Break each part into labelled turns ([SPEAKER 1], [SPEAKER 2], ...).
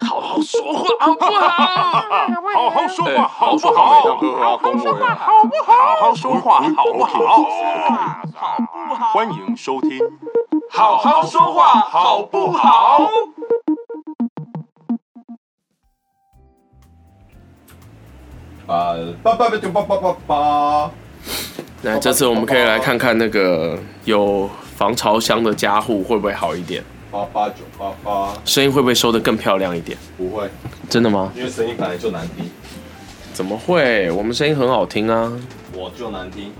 [SPEAKER 1] 好说话好不好？
[SPEAKER 2] 好好说
[SPEAKER 1] 哎
[SPEAKER 2] 话，好不
[SPEAKER 1] 好
[SPEAKER 2] 好？
[SPEAKER 1] 好好说话，
[SPEAKER 2] 好不好？好好说话，好不好？
[SPEAKER 1] 好不好？
[SPEAKER 2] 欢迎收听，
[SPEAKER 1] 好好说话好不好？
[SPEAKER 3] 啊，叭叭叭就叭叭叭叭，
[SPEAKER 4] 那这次我们可以来看看那个有防潮箱的家户会不会好一点，
[SPEAKER 3] 八八九八八，
[SPEAKER 4] 声音会不会收得更漂亮一点？
[SPEAKER 3] 不会，
[SPEAKER 4] 真的吗？
[SPEAKER 3] 因为声音本来就难听，
[SPEAKER 4] 怎么会？我们声音很好听啊。
[SPEAKER 3] 我就难听。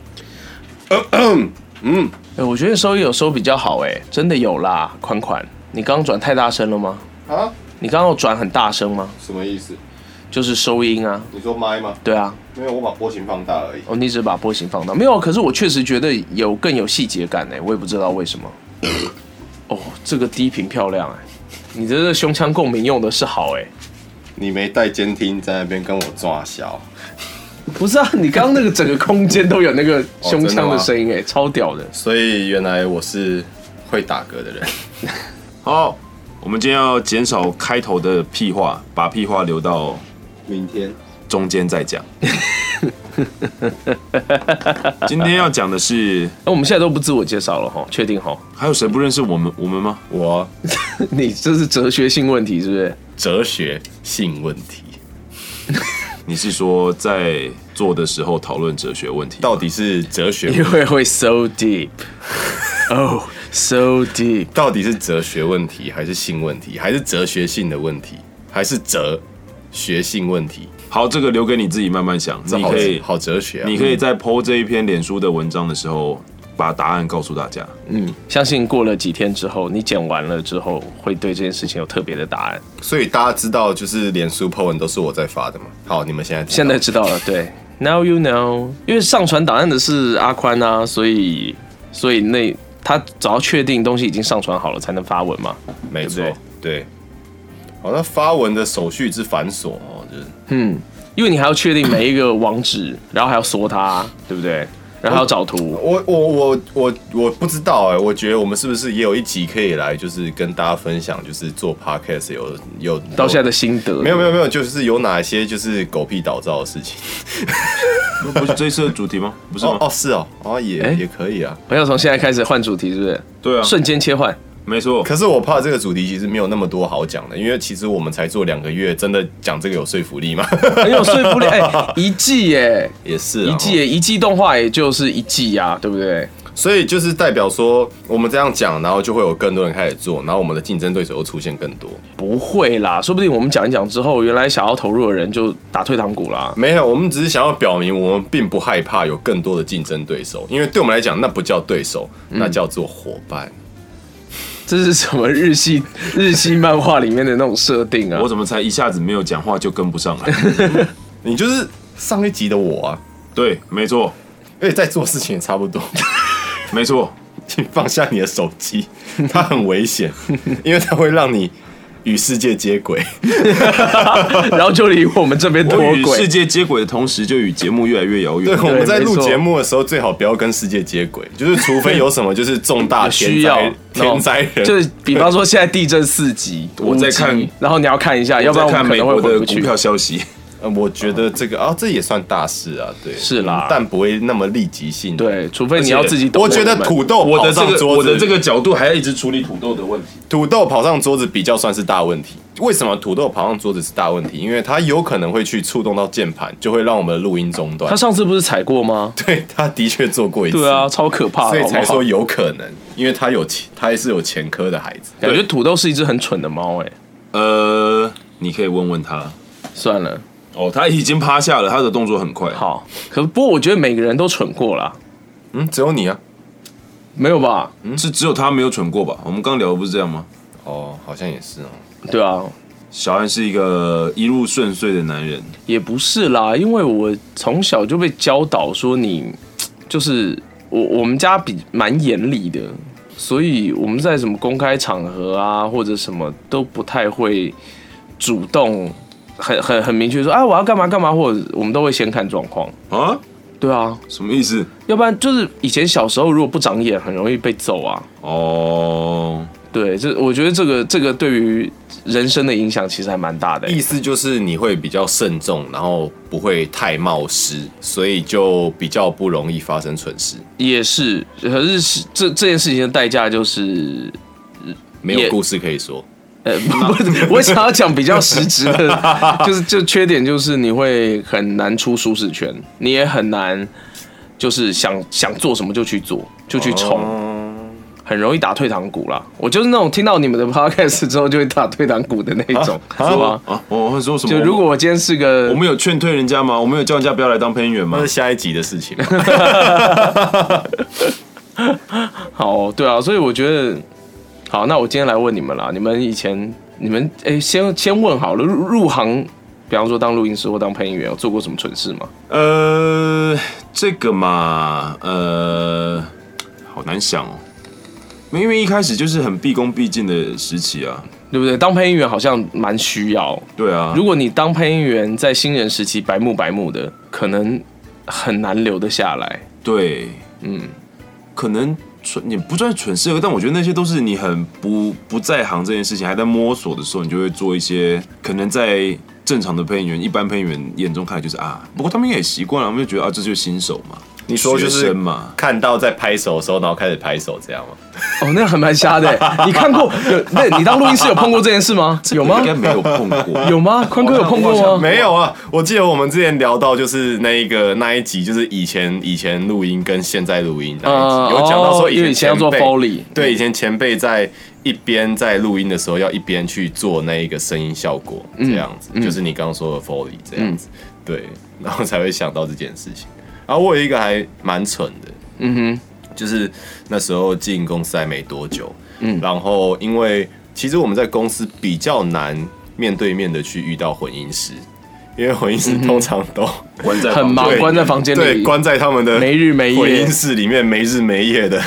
[SPEAKER 4] 哎、我觉得收音有收比较好哎、真的有啦，款款，你刚刚转太大声了吗？
[SPEAKER 3] 啊？
[SPEAKER 4] 你刚刚有转很大声吗？
[SPEAKER 3] 什么意思？
[SPEAKER 4] 就是收音啊，
[SPEAKER 3] 你说麦吗？
[SPEAKER 4] 对啊，
[SPEAKER 3] 没有，我把波形放大而已。
[SPEAKER 4] 哦，你只是把波形放大，没有，可是我确实觉得有更有细节感哎、我也不知道为什 么。哦，这个低频漂亮哎、你的这个胸腔共鸣用的是好哎、
[SPEAKER 3] 你没带监听，在那边跟我抓小。
[SPEAKER 4] 不是啊，你刚刚那个整个空间都有那个胸腔的声音、哎、超屌的。
[SPEAKER 3] 所以原来我是会打嗝的人。
[SPEAKER 5] 好，我们今天要减少开头的屁话，把屁话留到
[SPEAKER 3] 明天
[SPEAKER 5] 中间再讲。今天要讲的是，
[SPEAKER 4] 那、我们现在都不自我介绍了哈，确定哈？
[SPEAKER 5] 还有谁不认识我们我们吗？
[SPEAKER 6] 我
[SPEAKER 4] 你这是哲学性问题是不是？
[SPEAKER 6] 哲学性问题
[SPEAKER 5] 你是说在做的时候讨论哲学问题？
[SPEAKER 6] 到底是哲学 问，
[SPEAKER 4] 因为会 so deep，哦、so deep，
[SPEAKER 6] 到底是哲学问题还是性问题，还是哲学性的问题，还是哲学性问题？
[SPEAKER 5] 好，这个留给你自己慢慢想。
[SPEAKER 6] 这
[SPEAKER 5] 你
[SPEAKER 6] 好
[SPEAKER 5] 可以，
[SPEAKER 6] 好哲学啊！
[SPEAKER 5] 你可以在 PO 这一篇脸书的文章的时候，把答案告诉大家。
[SPEAKER 6] 嗯
[SPEAKER 4] 相信过了几天之后，你剪完了之后，会对这件事情有特别的答案。
[SPEAKER 6] 所以大家知道，就是脸书 po 文都是我在发的嘛。好，你们现在知道
[SPEAKER 4] 现在知道了，对，now you know，因为上传档案的是阿宽啊，所以所以那他只要确定东西已经上传好了，才能发文嘛。
[SPEAKER 6] 没错
[SPEAKER 4] 对不，
[SPEAKER 6] 对。好，那发文的手续之繁琐哦，就是
[SPEAKER 4] 因为你还要确定每一个网址，然后还要搜它，对不对？然后还要找图。
[SPEAKER 6] 我我我我我不知道哎、我觉得我们是不是也有一集可以来，就是跟大家分享，就是做 podcast 有有
[SPEAKER 4] 到现在的心得
[SPEAKER 6] 没有没有没有，就是有哪些就是狗屁倒灶的事情？
[SPEAKER 5] 那不是这一次的主题 吗？不是
[SPEAKER 6] 哦
[SPEAKER 5] 吗？
[SPEAKER 6] 哦是哦哦也、
[SPEAKER 4] 哎
[SPEAKER 6] 也可以啊，
[SPEAKER 4] 我要从现在开始换主题，是不是？
[SPEAKER 5] 对啊，
[SPEAKER 4] 瞬间切换，
[SPEAKER 5] 没错。
[SPEAKER 6] 可是我怕这个主题其实没有那么多好讲的，因为其实我们才做两个月，真的讲这个有说服力吗？
[SPEAKER 4] 很有说服力。哎、一季 耶，
[SPEAKER 6] 也是、啊、
[SPEAKER 4] 一季耶，一季动画也就是一季呀、啊，对不对？
[SPEAKER 6] 所以就是代表说我们这样讲，然后就会有更多人开始做，然后我们的竞争对手又出现更多。
[SPEAKER 4] 不会啦，说不定我们讲一讲之后，原来想要投入的人就打退堂鼓啦。
[SPEAKER 6] 没有，我们只是想要表明，我们并不害怕有更多的竞争对手，因为对我们来讲，那不叫对手，
[SPEAKER 4] 嗯
[SPEAKER 6] 那叫做伙伴。
[SPEAKER 4] 这是什么日系日系漫画里面的那种设定啊
[SPEAKER 5] 我？怎么才一下子没有讲话就跟不上了？
[SPEAKER 6] 你就是上一集的我啊，
[SPEAKER 5] 对，没错，
[SPEAKER 6] 而且在做事情也差不多。
[SPEAKER 5] 没错。
[SPEAKER 6] 请放下你的手 机，它很危险，因为它会让你与世界 接轨。
[SPEAKER 4] 然后就离我们这边脱
[SPEAKER 5] 我与世
[SPEAKER 4] 轨。
[SPEAKER 5] 界接轨的同时，就与节目越来越遥远
[SPEAKER 6] 对，。我们在
[SPEAKER 4] 没
[SPEAKER 6] 录
[SPEAKER 4] 错
[SPEAKER 6] 节目的时候，最好不要跟世界接轨，就是除非有什么就是重
[SPEAKER 4] 有
[SPEAKER 6] 大啊天
[SPEAKER 4] 需要哦
[SPEAKER 6] 灾天灾人，
[SPEAKER 4] 就是比方说现在地震四级，
[SPEAKER 5] 我在看
[SPEAKER 4] 五级然后你要看一下，要不然
[SPEAKER 5] 再
[SPEAKER 4] 我们
[SPEAKER 5] 看
[SPEAKER 4] 可
[SPEAKER 5] 美
[SPEAKER 4] 能会
[SPEAKER 5] 国
[SPEAKER 4] 回
[SPEAKER 5] 的
[SPEAKER 4] 不
[SPEAKER 5] 股
[SPEAKER 4] 去。
[SPEAKER 5] 票消息，
[SPEAKER 6] 呃，我觉得这个啊，这也算大事啊，对，
[SPEAKER 4] 是啦
[SPEAKER 6] 但不会那么立即性。，
[SPEAKER 4] 对，除非你要自己懂
[SPEAKER 6] 我觉得
[SPEAKER 4] 们
[SPEAKER 6] 土豆
[SPEAKER 5] 我
[SPEAKER 6] 跑
[SPEAKER 5] 的这
[SPEAKER 6] 上
[SPEAKER 5] 个
[SPEAKER 6] 哦桌
[SPEAKER 5] 我的
[SPEAKER 6] 子，
[SPEAKER 5] 这个角度还要一直处理土豆的问题。
[SPEAKER 6] 土豆跑上桌子比较算是大问题。为什么土豆跑上桌子是大问题？因为它有可能会去触动到键盘，就会让我们的录音中断
[SPEAKER 4] 他。上次不是踩过吗？
[SPEAKER 6] 对，他的确做过一次，
[SPEAKER 4] 对啊，，超可怕的，
[SPEAKER 6] 所以才
[SPEAKER 4] 好不
[SPEAKER 6] 说
[SPEAKER 4] 好
[SPEAKER 6] 有可能，因为他有前，他也是有前科的孩子。
[SPEAKER 4] 感觉土豆是一只很蠢的猫哎。
[SPEAKER 6] 嗯
[SPEAKER 5] 呃，你可以问问他。
[SPEAKER 4] 算了，
[SPEAKER 5] 哦，他已经趴下了，他的动作很快。，
[SPEAKER 4] 好，可不过我觉得每个人都蠢过啦，
[SPEAKER 6] 嗯，只有你啊？
[SPEAKER 4] 没有吧？
[SPEAKER 5] 嗯是只有他没有蠢过吧？我们刚聊的不是这样吗？
[SPEAKER 6] 哦，好像也是哦。
[SPEAKER 4] 对啊，
[SPEAKER 5] 小安是一个一路顺遂的男人，
[SPEAKER 4] 也不是啦，因为我从小就被教导说你就是我我们家比蛮严厉的，所以我们在什么公开场合啊或者什么都不太会主动很很很明确说啊我要干嘛干嘛，或者我们都会先看状况。
[SPEAKER 5] 啊？
[SPEAKER 4] 对啊，
[SPEAKER 5] 什么意思？
[SPEAKER 4] 要不然就是以前小时候如果不长眼，很容易被揍啊。
[SPEAKER 5] 哦，
[SPEAKER 4] 对，这我觉得这个这个对于人生的影响其实还蛮大的、
[SPEAKER 6] 意思就是你会比较慎重，然后不会太冒失，所以就比较不容易发生蠢事，
[SPEAKER 4] 也是，可是是这这件事情的代价就是，
[SPEAKER 6] 没
[SPEAKER 4] 也
[SPEAKER 6] 有故事可以说。
[SPEAKER 4] 呃，不是，我想要讲比较实质的，就是就缺点就是你会很难出舒适圈，你也很难就是想想做什么就去做，就去冲。
[SPEAKER 5] 哦
[SPEAKER 4] 很容易打退堂鼓啦，我就是那种听到你们的 podcast 之后就会打退堂鼓的那一种，是吧？
[SPEAKER 5] 啊，我会说什么？
[SPEAKER 4] 就如果我今天是
[SPEAKER 5] 我
[SPEAKER 4] 个
[SPEAKER 5] 们我们有劝退人家吗？我们有叫人家不要来当配音员吗
[SPEAKER 6] 那是？下一集的事情嘛。
[SPEAKER 4] 好，对啊，所以我觉得，好，那我今天来问你们啦，你们以前，你们，哎、先先问好了，入入行，比方说当录音师或当配音员，有做过什么蠢事吗？
[SPEAKER 5] 呃，这个嘛，呃，好难想哦。因为一开始就是很毕恭毕敬的时期啊，
[SPEAKER 4] 对不对？当配音员好像蛮需要，
[SPEAKER 5] 对啊
[SPEAKER 4] 如，果你当配音员在新人时期白目白目的，可能很难留得下来。
[SPEAKER 5] 对，
[SPEAKER 4] 嗯，
[SPEAKER 5] 可能蠢也不算蠢事，但我觉得那些都是你很不不在行这件事情，还在摸索的时候，你就会做一些可能在正常的配音员、一般配音员眼中看来就是啊，不过他们应该也习惯了，他们就觉得啊，这就是新手嘛，
[SPEAKER 6] 你说就
[SPEAKER 5] 学
[SPEAKER 6] 是
[SPEAKER 5] 生嘛，
[SPEAKER 6] 看到在拍手的时候，然后开始拍手这样吗？
[SPEAKER 4] 哦，那很蛮瞎的。你看过有？那你当录音师有碰过这件事吗？有吗
[SPEAKER 5] 应？该没有碰过。
[SPEAKER 4] 有吗？宽哥有碰
[SPEAKER 5] 我好
[SPEAKER 4] 过
[SPEAKER 5] 像
[SPEAKER 4] 吗？
[SPEAKER 6] 没有啊，我记得我们之前聊到就是那一个那一集，就是以前以前录音跟现在录音那一
[SPEAKER 4] 呃
[SPEAKER 6] 集，有讲到说以
[SPEAKER 4] 因为以前要
[SPEAKER 6] 前
[SPEAKER 4] 做
[SPEAKER 6] 前辈
[SPEAKER 4] Foley 嗯
[SPEAKER 6] 对，以前前辈在一边在录音的时候，要一边去做那一个声音效果，
[SPEAKER 4] 嗯
[SPEAKER 6] 这样子，就是你刚刚说的 Foley 这样子，对，然后才会想到这件事情。然后我有一个还蛮蠢的，
[SPEAKER 4] 嗯
[SPEAKER 6] 就是那时候进公司还没多久，嗯，然后因为其实我们在公司比较难面对面的去遇到混音师，因为混
[SPEAKER 4] 嗯
[SPEAKER 6] 音师通常都、
[SPEAKER 5] 关在
[SPEAKER 4] 哼，
[SPEAKER 5] 房
[SPEAKER 4] 很忙，
[SPEAKER 6] 对
[SPEAKER 4] 关在房间
[SPEAKER 6] 对
[SPEAKER 4] 里，
[SPEAKER 6] 关在他们的
[SPEAKER 4] 没日没夜
[SPEAKER 6] 混音室里面没日没夜的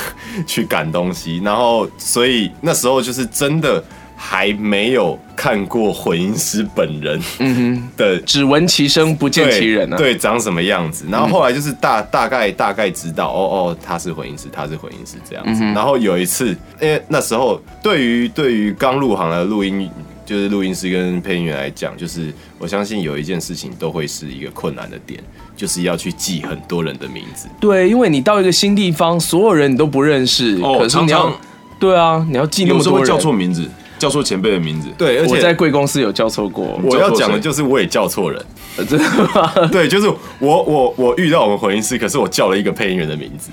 [SPEAKER 6] 去赶东西，然后所以那时候就是真的还没有看过混音师本人
[SPEAKER 4] 嗯
[SPEAKER 6] 的
[SPEAKER 4] 只闻其声不见
[SPEAKER 6] 对
[SPEAKER 4] 其人啊。
[SPEAKER 6] 对，长什么样子。然后后来就是大、大概大概知道，哦哦，他是混音师，他是混音师这样子。然后有一次，因为那时候对于对于刚入行的录音，就是录音师跟配音员来讲，就是我相信有一件事情都会是一个困难的点，就是要去记很多人的名字。
[SPEAKER 4] 对，因为你到一个新地方，所有人你都不认识，
[SPEAKER 5] 哦
[SPEAKER 4] 可是你要
[SPEAKER 5] 常常
[SPEAKER 4] 对啊，你要记那
[SPEAKER 5] 有
[SPEAKER 4] 么
[SPEAKER 5] 时候
[SPEAKER 4] 多
[SPEAKER 5] 会叫
[SPEAKER 4] 人。
[SPEAKER 5] 错名字，叫错前辈的名字。
[SPEAKER 6] 对，而
[SPEAKER 4] 我在
[SPEAKER 6] 且
[SPEAKER 4] 贵公司有教错过，
[SPEAKER 6] 我要
[SPEAKER 5] 叫错
[SPEAKER 6] 讲的
[SPEAKER 5] 谁
[SPEAKER 6] 就是我也叫错 人。
[SPEAKER 4] 呃真的吗？
[SPEAKER 6] 对，就是我我我遇到我们混音师，可是我叫了一个配音员的名字。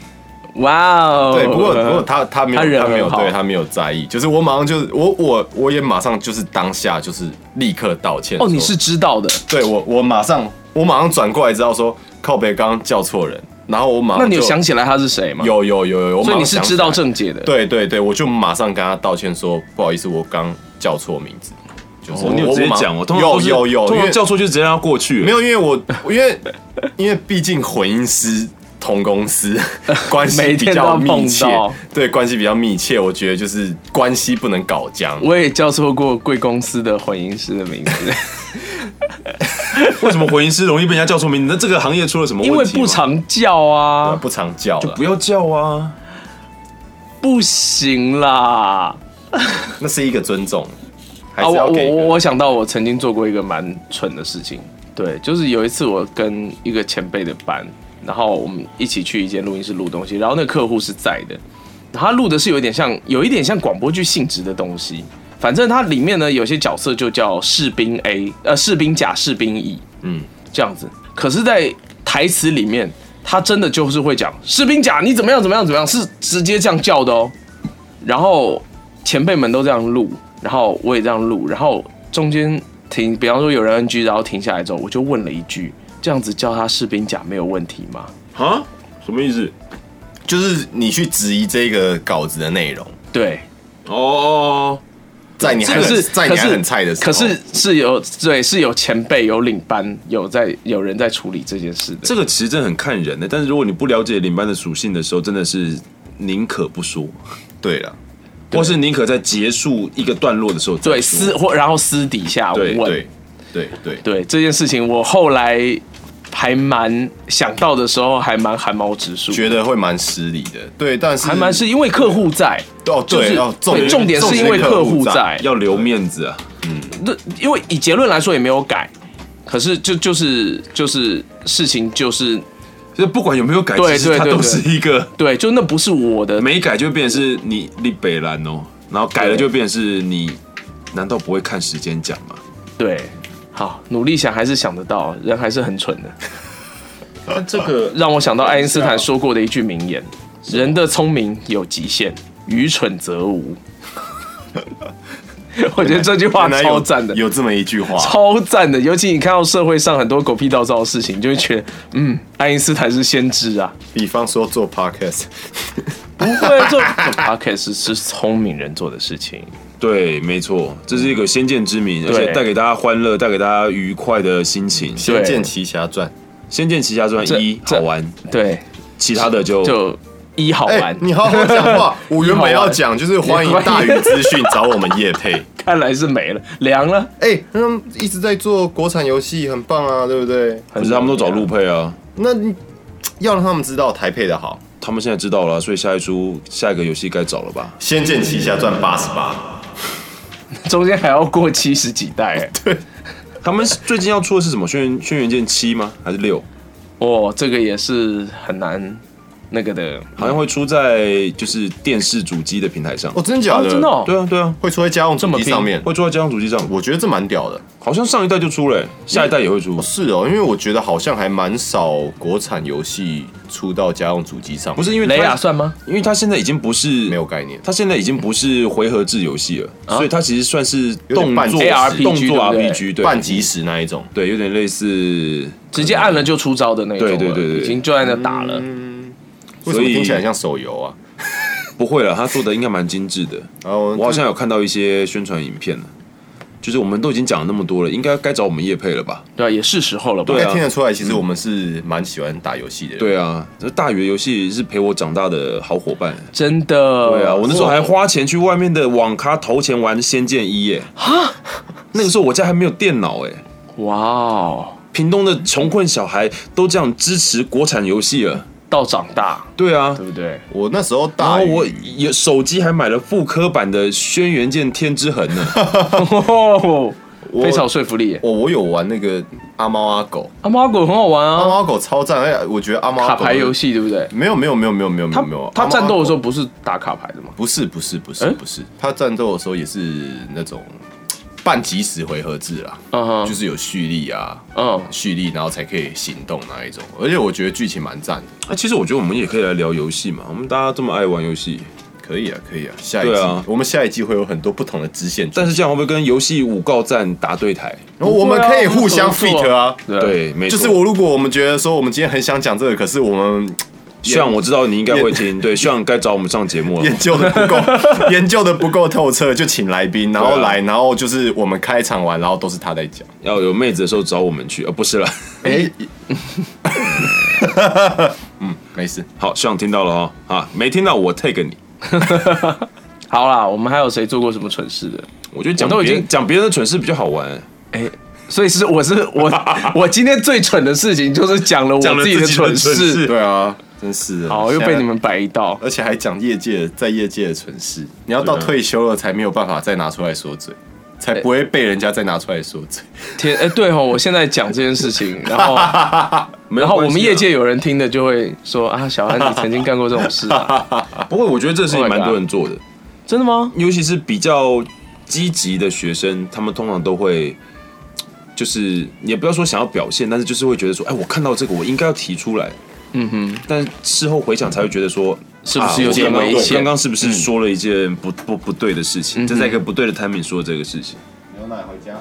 [SPEAKER 4] 哇哦！
[SPEAKER 6] 对，不过不过他他没有
[SPEAKER 4] 他人
[SPEAKER 6] 他没有
[SPEAKER 4] 很好
[SPEAKER 6] 对他没有在意，就是我马上就是我我我也马上就是当下就是立刻道歉说。
[SPEAKER 4] 哦，你是知道的，
[SPEAKER 6] 对我我马上我马上转过来知道说靠北刚刚叫错人，然后我马上
[SPEAKER 4] 那你有
[SPEAKER 6] 哦就
[SPEAKER 4] 想起来他是谁吗？，
[SPEAKER 6] 有有有有，我
[SPEAKER 4] 所以
[SPEAKER 6] 马上
[SPEAKER 4] 你是
[SPEAKER 6] 想起
[SPEAKER 4] 知道
[SPEAKER 6] 来
[SPEAKER 4] 正解的。，
[SPEAKER 6] 对对对，我就马上跟他道歉说不好意思，我刚叫错名字，就是
[SPEAKER 5] 哦，你有直接
[SPEAKER 6] 马
[SPEAKER 5] 讲哦，通常都
[SPEAKER 6] 有
[SPEAKER 5] 是
[SPEAKER 6] 有有，
[SPEAKER 5] 通
[SPEAKER 6] 因
[SPEAKER 5] 常
[SPEAKER 6] 为
[SPEAKER 5] 叫错就直接让他过去了。
[SPEAKER 6] 没有，因为我因为因为毕竟混音师同公司 关系
[SPEAKER 4] 每
[SPEAKER 6] 比
[SPEAKER 4] 天都要
[SPEAKER 6] 较
[SPEAKER 4] 碰
[SPEAKER 6] 密切
[SPEAKER 4] 到，
[SPEAKER 6] 对关系比较密切，我觉得就是关系不能搞僵。
[SPEAKER 4] 我也叫错过贵公司的混音师的名 字，
[SPEAKER 5] 为什么混音师容易被人家叫错名字？那这个行业出了什么问
[SPEAKER 4] 因
[SPEAKER 5] 题吗？
[SPEAKER 4] 为不常叫
[SPEAKER 6] 啊
[SPEAKER 4] 啊，
[SPEAKER 6] 不常叫了
[SPEAKER 5] 不，要叫啊！
[SPEAKER 4] 不行啦。
[SPEAKER 6] 那是一个尊重，还
[SPEAKER 4] 啊，
[SPEAKER 6] 是
[SPEAKER 4] 我
[SPEAKER 6] 要
[SPEAKER 4] 我
[SPEAKER 6] 给一
[SPEAKER 4] 我
[SPEAKER 6] 个
[SPEAKER 4] 我想到我曾经做过一个蛮蠢的事情，对，就是有一次我跟一个前辈的班，然后我们一起去一间录音室录东西，然后那个客户是在的，然后他录的是有一点像有一点像广播剧性质的东西，反正它里面呢有些角色就叫士兵 A，呃，士兵甲、士兵乙，嗯
[SPEAKER 6] 嗯，
[SPEAKER 4] 这样子。可是，在台词里面，他真的就是会讲士兵甲你怎么样怎么样怎么样，是直接这样叫的哦。然后前辈们都这样录，然后我也这样录，然后中间停，比方说有人 NG，然后停下来之后，我就问了一句：“这样子叫他士兵甲没有问题吗
[SPEAKER 5] 啊，什么意思？
[SPEAKER 6] 就是你去质疑这个稿子的内容，？”
[SPEAKER 4] 对，
[SPEAKER 5] 哦哦，
[SPEAKER 6] 在你还
[SPEAKER 4] 可
[SPEAKER 6] 很
[SPEAKER 4] 是
[SPEAKER 6] 在
[SPEAKER 4] 可
[SPEAKER 6] 你
[SPEAKER 4] 是
[SPEAKER 6] 还很菜的时候，
[SPEAKER 4] 可是是有对是有前辈有领班有在有人在处理这件事的。
[SPEAKER 5] 这个其实真的很看人的，欸但是如果你不了解领班的属性的时候，真的是宁可不说，
[SPEAKER 6] 对了，
[SPEAKER 5] 或是宁可在结束一个段落的时候再
[SPEAKER 4] 对
[SPEAKER 5] 说
[SPEAKER 4] 私或然后私底下
[SPEAKER 5] 对
[SPEAKER 4] 问
[SPEAKER 6] 对对对，
[SPEAKER 4] 对这件事情，我后来还蛮想到的时候还蛮寒毛直竖，
[SPEAKER 6] 觉得会蛮失礼的。对，但是
[SPEAKER 4] 还蛮是因为客户在，
[SPEAKER 6] 哦，
[SPEAKER 4] 就
[SPEAKER 6] 对
[SPEAKER 4] 是
[SPEAKER 6] 哦，
[SPEAKER 4] 对重点是因为客户在，
[SPEAKER 5] 要留面子啊。
[SPEAKER 4] 那因为以结论来说也没有改，可是就就是就是事情就是
[SPEAKER 5] 就是不管有没有改，
[SPEAKER 4] 对
[SPEAKER 5] 其实它
[SPEAKER 4] 对对
[SPEAKER 5] 都是一个
[SPEAKER 4] 对，就那不是我的，
[SPEAKER 5] 没改就变成是你立北兰哦，然后改了就变成是你，难道不会看时间讲吗？
[SPEAKER 4] 对，好努力想还是想得到，人还是很蠢的。
[SPEAKER 5] 但这个
[SPEAKER 4] 让我想到爱因斯坦说过的一句名言：人的聪明有极限，愚蠢则无。 我觉得这句话
[SPEAKER 6] 原来有
[SPEAKER 4] 超赞的，
[SPEAKER 6] 有这么一句话，
[SPEAKER 4] 超赞的。尤其你看到社会上很多狗屁倒灶的事情，你就会觉得，嗯，爱因斯坦是先知啊。
[SPEAKER 6] 比方说做 podcast，
[SPEAKER 4] 不会做 podcast 是聪明人做的事情，
[SPEAKER 5] 对，没错，这是一个先见之
[SPEAKER 4] 嗯
[SPEAKER 5] 明，而且带给大家欢乐，带给大家愉快的心情。
[SPEAKER 6] 《
[SPEAKER 5] 《
[SPEAKER 6] 仙剑奇侠传
[SPEAKER 5] 仙剑奇侠传
[SPEAKER 4] 这
[SPEAKER 5] 一》
[SPEAKER 4] 这
[SPEAKER 5] 好玩，
[SPEAKER 4] 对，
[SPEAKER 5] 其他的就
[SPEAKER 4] 就一好》。玩
[SPEAKER 6] 哎，，你好好讲 话。我原本要讲就是欢迎大宇资讯找我们叶配。
[SPEAKER 4] 看来是没了，凉了。
[SPEAKER 6] 哎，他们一直在做国产游戏，很棒啊，对不 对？
[SPEAKER 5] 可是他们都找陆配啊。
[SPEAKER 6] 那你要让他们知道台配的好，
[SPEAKER 5] 他们现在知道了，所以下一出下一个游戏该找了吧？
[SPEAKER 6] 《仙剑奇侠传》八十八，
[SPEAKER 4] 中间还要过七十几代、 哎
[SPEAKER 5] 他们最近要出的是什么？轩辕轩辕剑七吗？还是六？
[SPEAKER 4] 哦，这个也是很难那个的。
[SPEAKER 5] 好像会出在就是电视主机的平台上
[SPEAKER 6] 哦，。真的假
[SPEAKER 4] 哦，
[SPEAKER 6] 的？
[SPEAKER 4] 真的、哦，
[SPEAKER 5] 对啊，对啊，
[SPEAKER 6] 会出在家用主
[SPEAKER 4] 这么
[SPEAKER 6] 机
[SPEAKER 4] 拼
[SPEAKER 6] 上面。
[SPEAKER 5] 会出在家用主机上。
[SPEAKER 6] 我觉得这蛮屌的，
[SPEAKER 5] 好像上一代就出了、下一代也会出
[SPEAKER 6] 哦。是哦，因为我觉得好像还蛮少国产游戏出到家用主机上面，
[SPEAKER 5] 不是因为
[SPEAKER 4] 雷
[SPEAKER 5] 它
[SPEAKER 4] 亚，算吗？
[SPEAKER 5] 因为它现在已经不是
[SPEAKER 6] 没有，概念。嗯
[SPEAKER 5] 它现在已经不是回合制游戏了，所以它其实算是
[SPEAKER 6] 有点
[SPEAKER 5] 动
[SPEAKER 6] 半
[SPEAKER 5] 作
[SPEAKER 4] ARPG
[SPEAKER 5] 动作
[SPEAKER 4] 对不对
[SPEAKER 5] RPG，对，
[SPEAKER 6] 半即时那一种，
[SPEAKER 5] 对，有点类似。
[SPEAKER 4] 直接按了就出招的那种了，
[SPEAKER 5] 对对对对
[SPEAKER 4] 已经就在那打了。
[SPEAKER 6] 为什么听起来像手游啊？
[SPEAKER 5] 不会了，他做的应该蛮精致的。
[SPEAKER 6] 然后
[SPEAKER 5] 我好像有看到一些宣传影片了，就是我们都已经讲了那么多了，应该该找我们叶配了吧？
[SPEAKER 4] 对啊，也是时候了吧？
[SPEAKER 6] 应
[SPEAKER 5] 对啊
[SPEAKER 6] 该哎听得出来，其实我们是蛮喜欢打游戏的人。
[SPEAKER 5] 对啊，这大鱼的游戏是陪我长大的好伙伴。
[SPEAKER 4] 真的。
[SPEAKER 5] 对啊，我那时候还花钱去外面的网咖投钱玩《仙剑一》耶。哈，那个时候我家还没有电脑哎。
[SPEAKER 4] 哇哦，
[SPEAKER 5] 屏东的穷困小孩都这样支持国产游戏了。
[SPEAKER 4] 到长大，
[SPEAKER 5] 对啊
[SPEAKER 4] 对，不 对？
[SPEAKER 6] 我那时候
[SPEAKER 5] 然
[SPEAKER 6] 打
[SPEAKER 5] 后我也手机还买了复刻版的《轩辕剑天之痕》呢。
[SPEAKER 4] 哦，非常有说服力耶。
[SPEAKER 6] 我哦我有玩那个阿猫阿狗，
[SPEAKER 4] 阿猫阿狗很好玩
[SPEAKER 6] 阿
[SPEAKER 4] 啊，
[SPEAKER 6] 猫阿狗超赞，而且我觉得阿猫
[SPEAKER 4] 卡
[SPEAKER 6] 阿狗
[SPEAKER 4] 牌游戏对不对？
[SPEAKER 6] 没有没有没有没有没有没
[SPEAKER 4] 他
[SPEAKER 6] 有没有，
[SPEAKER 4] 他
[SPEAKER 6] 阿猫阿
[SPEAKER 4] 战斗的时候
[SPEAKER 6] 狗
[SPEAKER 4] 不是打卡牌的吗？
[SPEAKER 6] 不是不是不是
[SPEAKER 4] 诶
[SPEAKER 6] 不是，他战斗的时候也是那种半即时回合制啦，
[SPEAKER 4] 嗯哼，
[SPEAKER 6] 就是有蓄力啊，
[SPEAKER 4] 嗯，
[SPEAKER 6] 蓄力然后才可以行动那一种，而且我觉得剧情蛮赞的，
[SPEAKER 5] 啊那其实我觉得我们也可以来聊游戏嘛，我们大家这么爱玩游戏，
[SPEAKER 6] 可以啊可以啊，下一
[SPEAKER 5] 对
[SPEAKER 6] 季、
[SPEAKER 5] 啊
[SPEAKER 6] 我们下一季会有很多不同的支线剧，
[SPEAKER 5] 但是这样会不会跟游戏五告战打对台？
[SPEAKER 6] 然后我们可以互相
[SPEAKER 4] 不啊错不错
[SPEAKER 6] fit 啊。
[SPEAKER 4] 对，
[SPEAKER 5] 对，没错。
[SPEAKER 6] 就是我，如果我们觉得说我们今天很想讲这个，可是我们
[SPEAKER 5] 希望我知道你应该会听，对，希望该找我们上节目了
[SPEAKER 6] 研。究的不够，研究的不够透彻，就请来宾，然后
[SPEAKER 5] 对啊
[SPEAKER 6] 来，然后就是我们开场完，然后都是他在讲。
[SPEAKER 5] 要有妹子的时候找我们去，呃，不是了。
[SPEAKER 6] 哎，嗯，没事，
[SPEAKER 5] 好，希望听到了哦，啊，没听到我 take 你。
[SPEAKER 4] 好啦，我们还有谁做过什么蠢事的？
[SPEAKER 5] 我觉得讲
[SPEAKER 4] 我都已
[SPEAKER 5] 别
[SPEAKER 4] 经
[SPEAKER 5] 人讲别人的蠢事比较好玩，
[SPEAKER 4] 哎、所以是我是 我我今天最蠢的事情就是讲了我
[SPEAKER 5] 讲了
[SPEAKER 4] 自己
[SPEAKER 5] 自
[SPEAKER 4] 的
[SPEAKER 5] 己的
[SPEAKER 4] 蠢
[SPEAKER 5] 蠢
[SPEAKER 4] 事
[SPEAKER 5] 事，
[SPEAKER 6] 对啊，真是的
[SPEAKER 4] 好又被你，们摆一道
[SPEAKER 6] 现在。而且还讲业界在业界的蠢事，你要到
[SPEAKER 5] 对啊
[SPEAKER 6] 退休了才没有办法再拿出来说嘴，才不会被人家再拿出来说嘴。
[SPEAKER 4] 天，哎、对哦，我现在讲这件事 情，然后
[SPEAKER 5] 没有
[SPEAKER 4] 然后我
[SPEAKER 5] 关系
[SPEAKER 4] 们
[SPEAKER 5] 啊
[SPEAKER 4] 业界有人听的就会说啊，小安你曾经干过这种事 啊？
[SPEAKER 5] 不过我觉得这事
[SPEAKER 4] Oh
[SPEAKER 5] 情蛮多人做的，
[SPEAKER 4] 真的吗？
[SPEAKER 5] 尤其是比较积极的学生，他们通常都会，就是也不要说想要表现，但是就是会觉得说，哎，我看到这个，我应该要提出来。嗯哼，但事后回想才会觉得说，
[SPEAKER 4] 是不是有点
[SPEAKER 5] 啊我刚刚
[SPEAKER 4] 危险嗯
[SPEAKER 5] 我刚刚是不是说了一件不不不对的事情？这在一个不对的 timing 说这个事情。
[SPEAKER 6] 牛奶回家，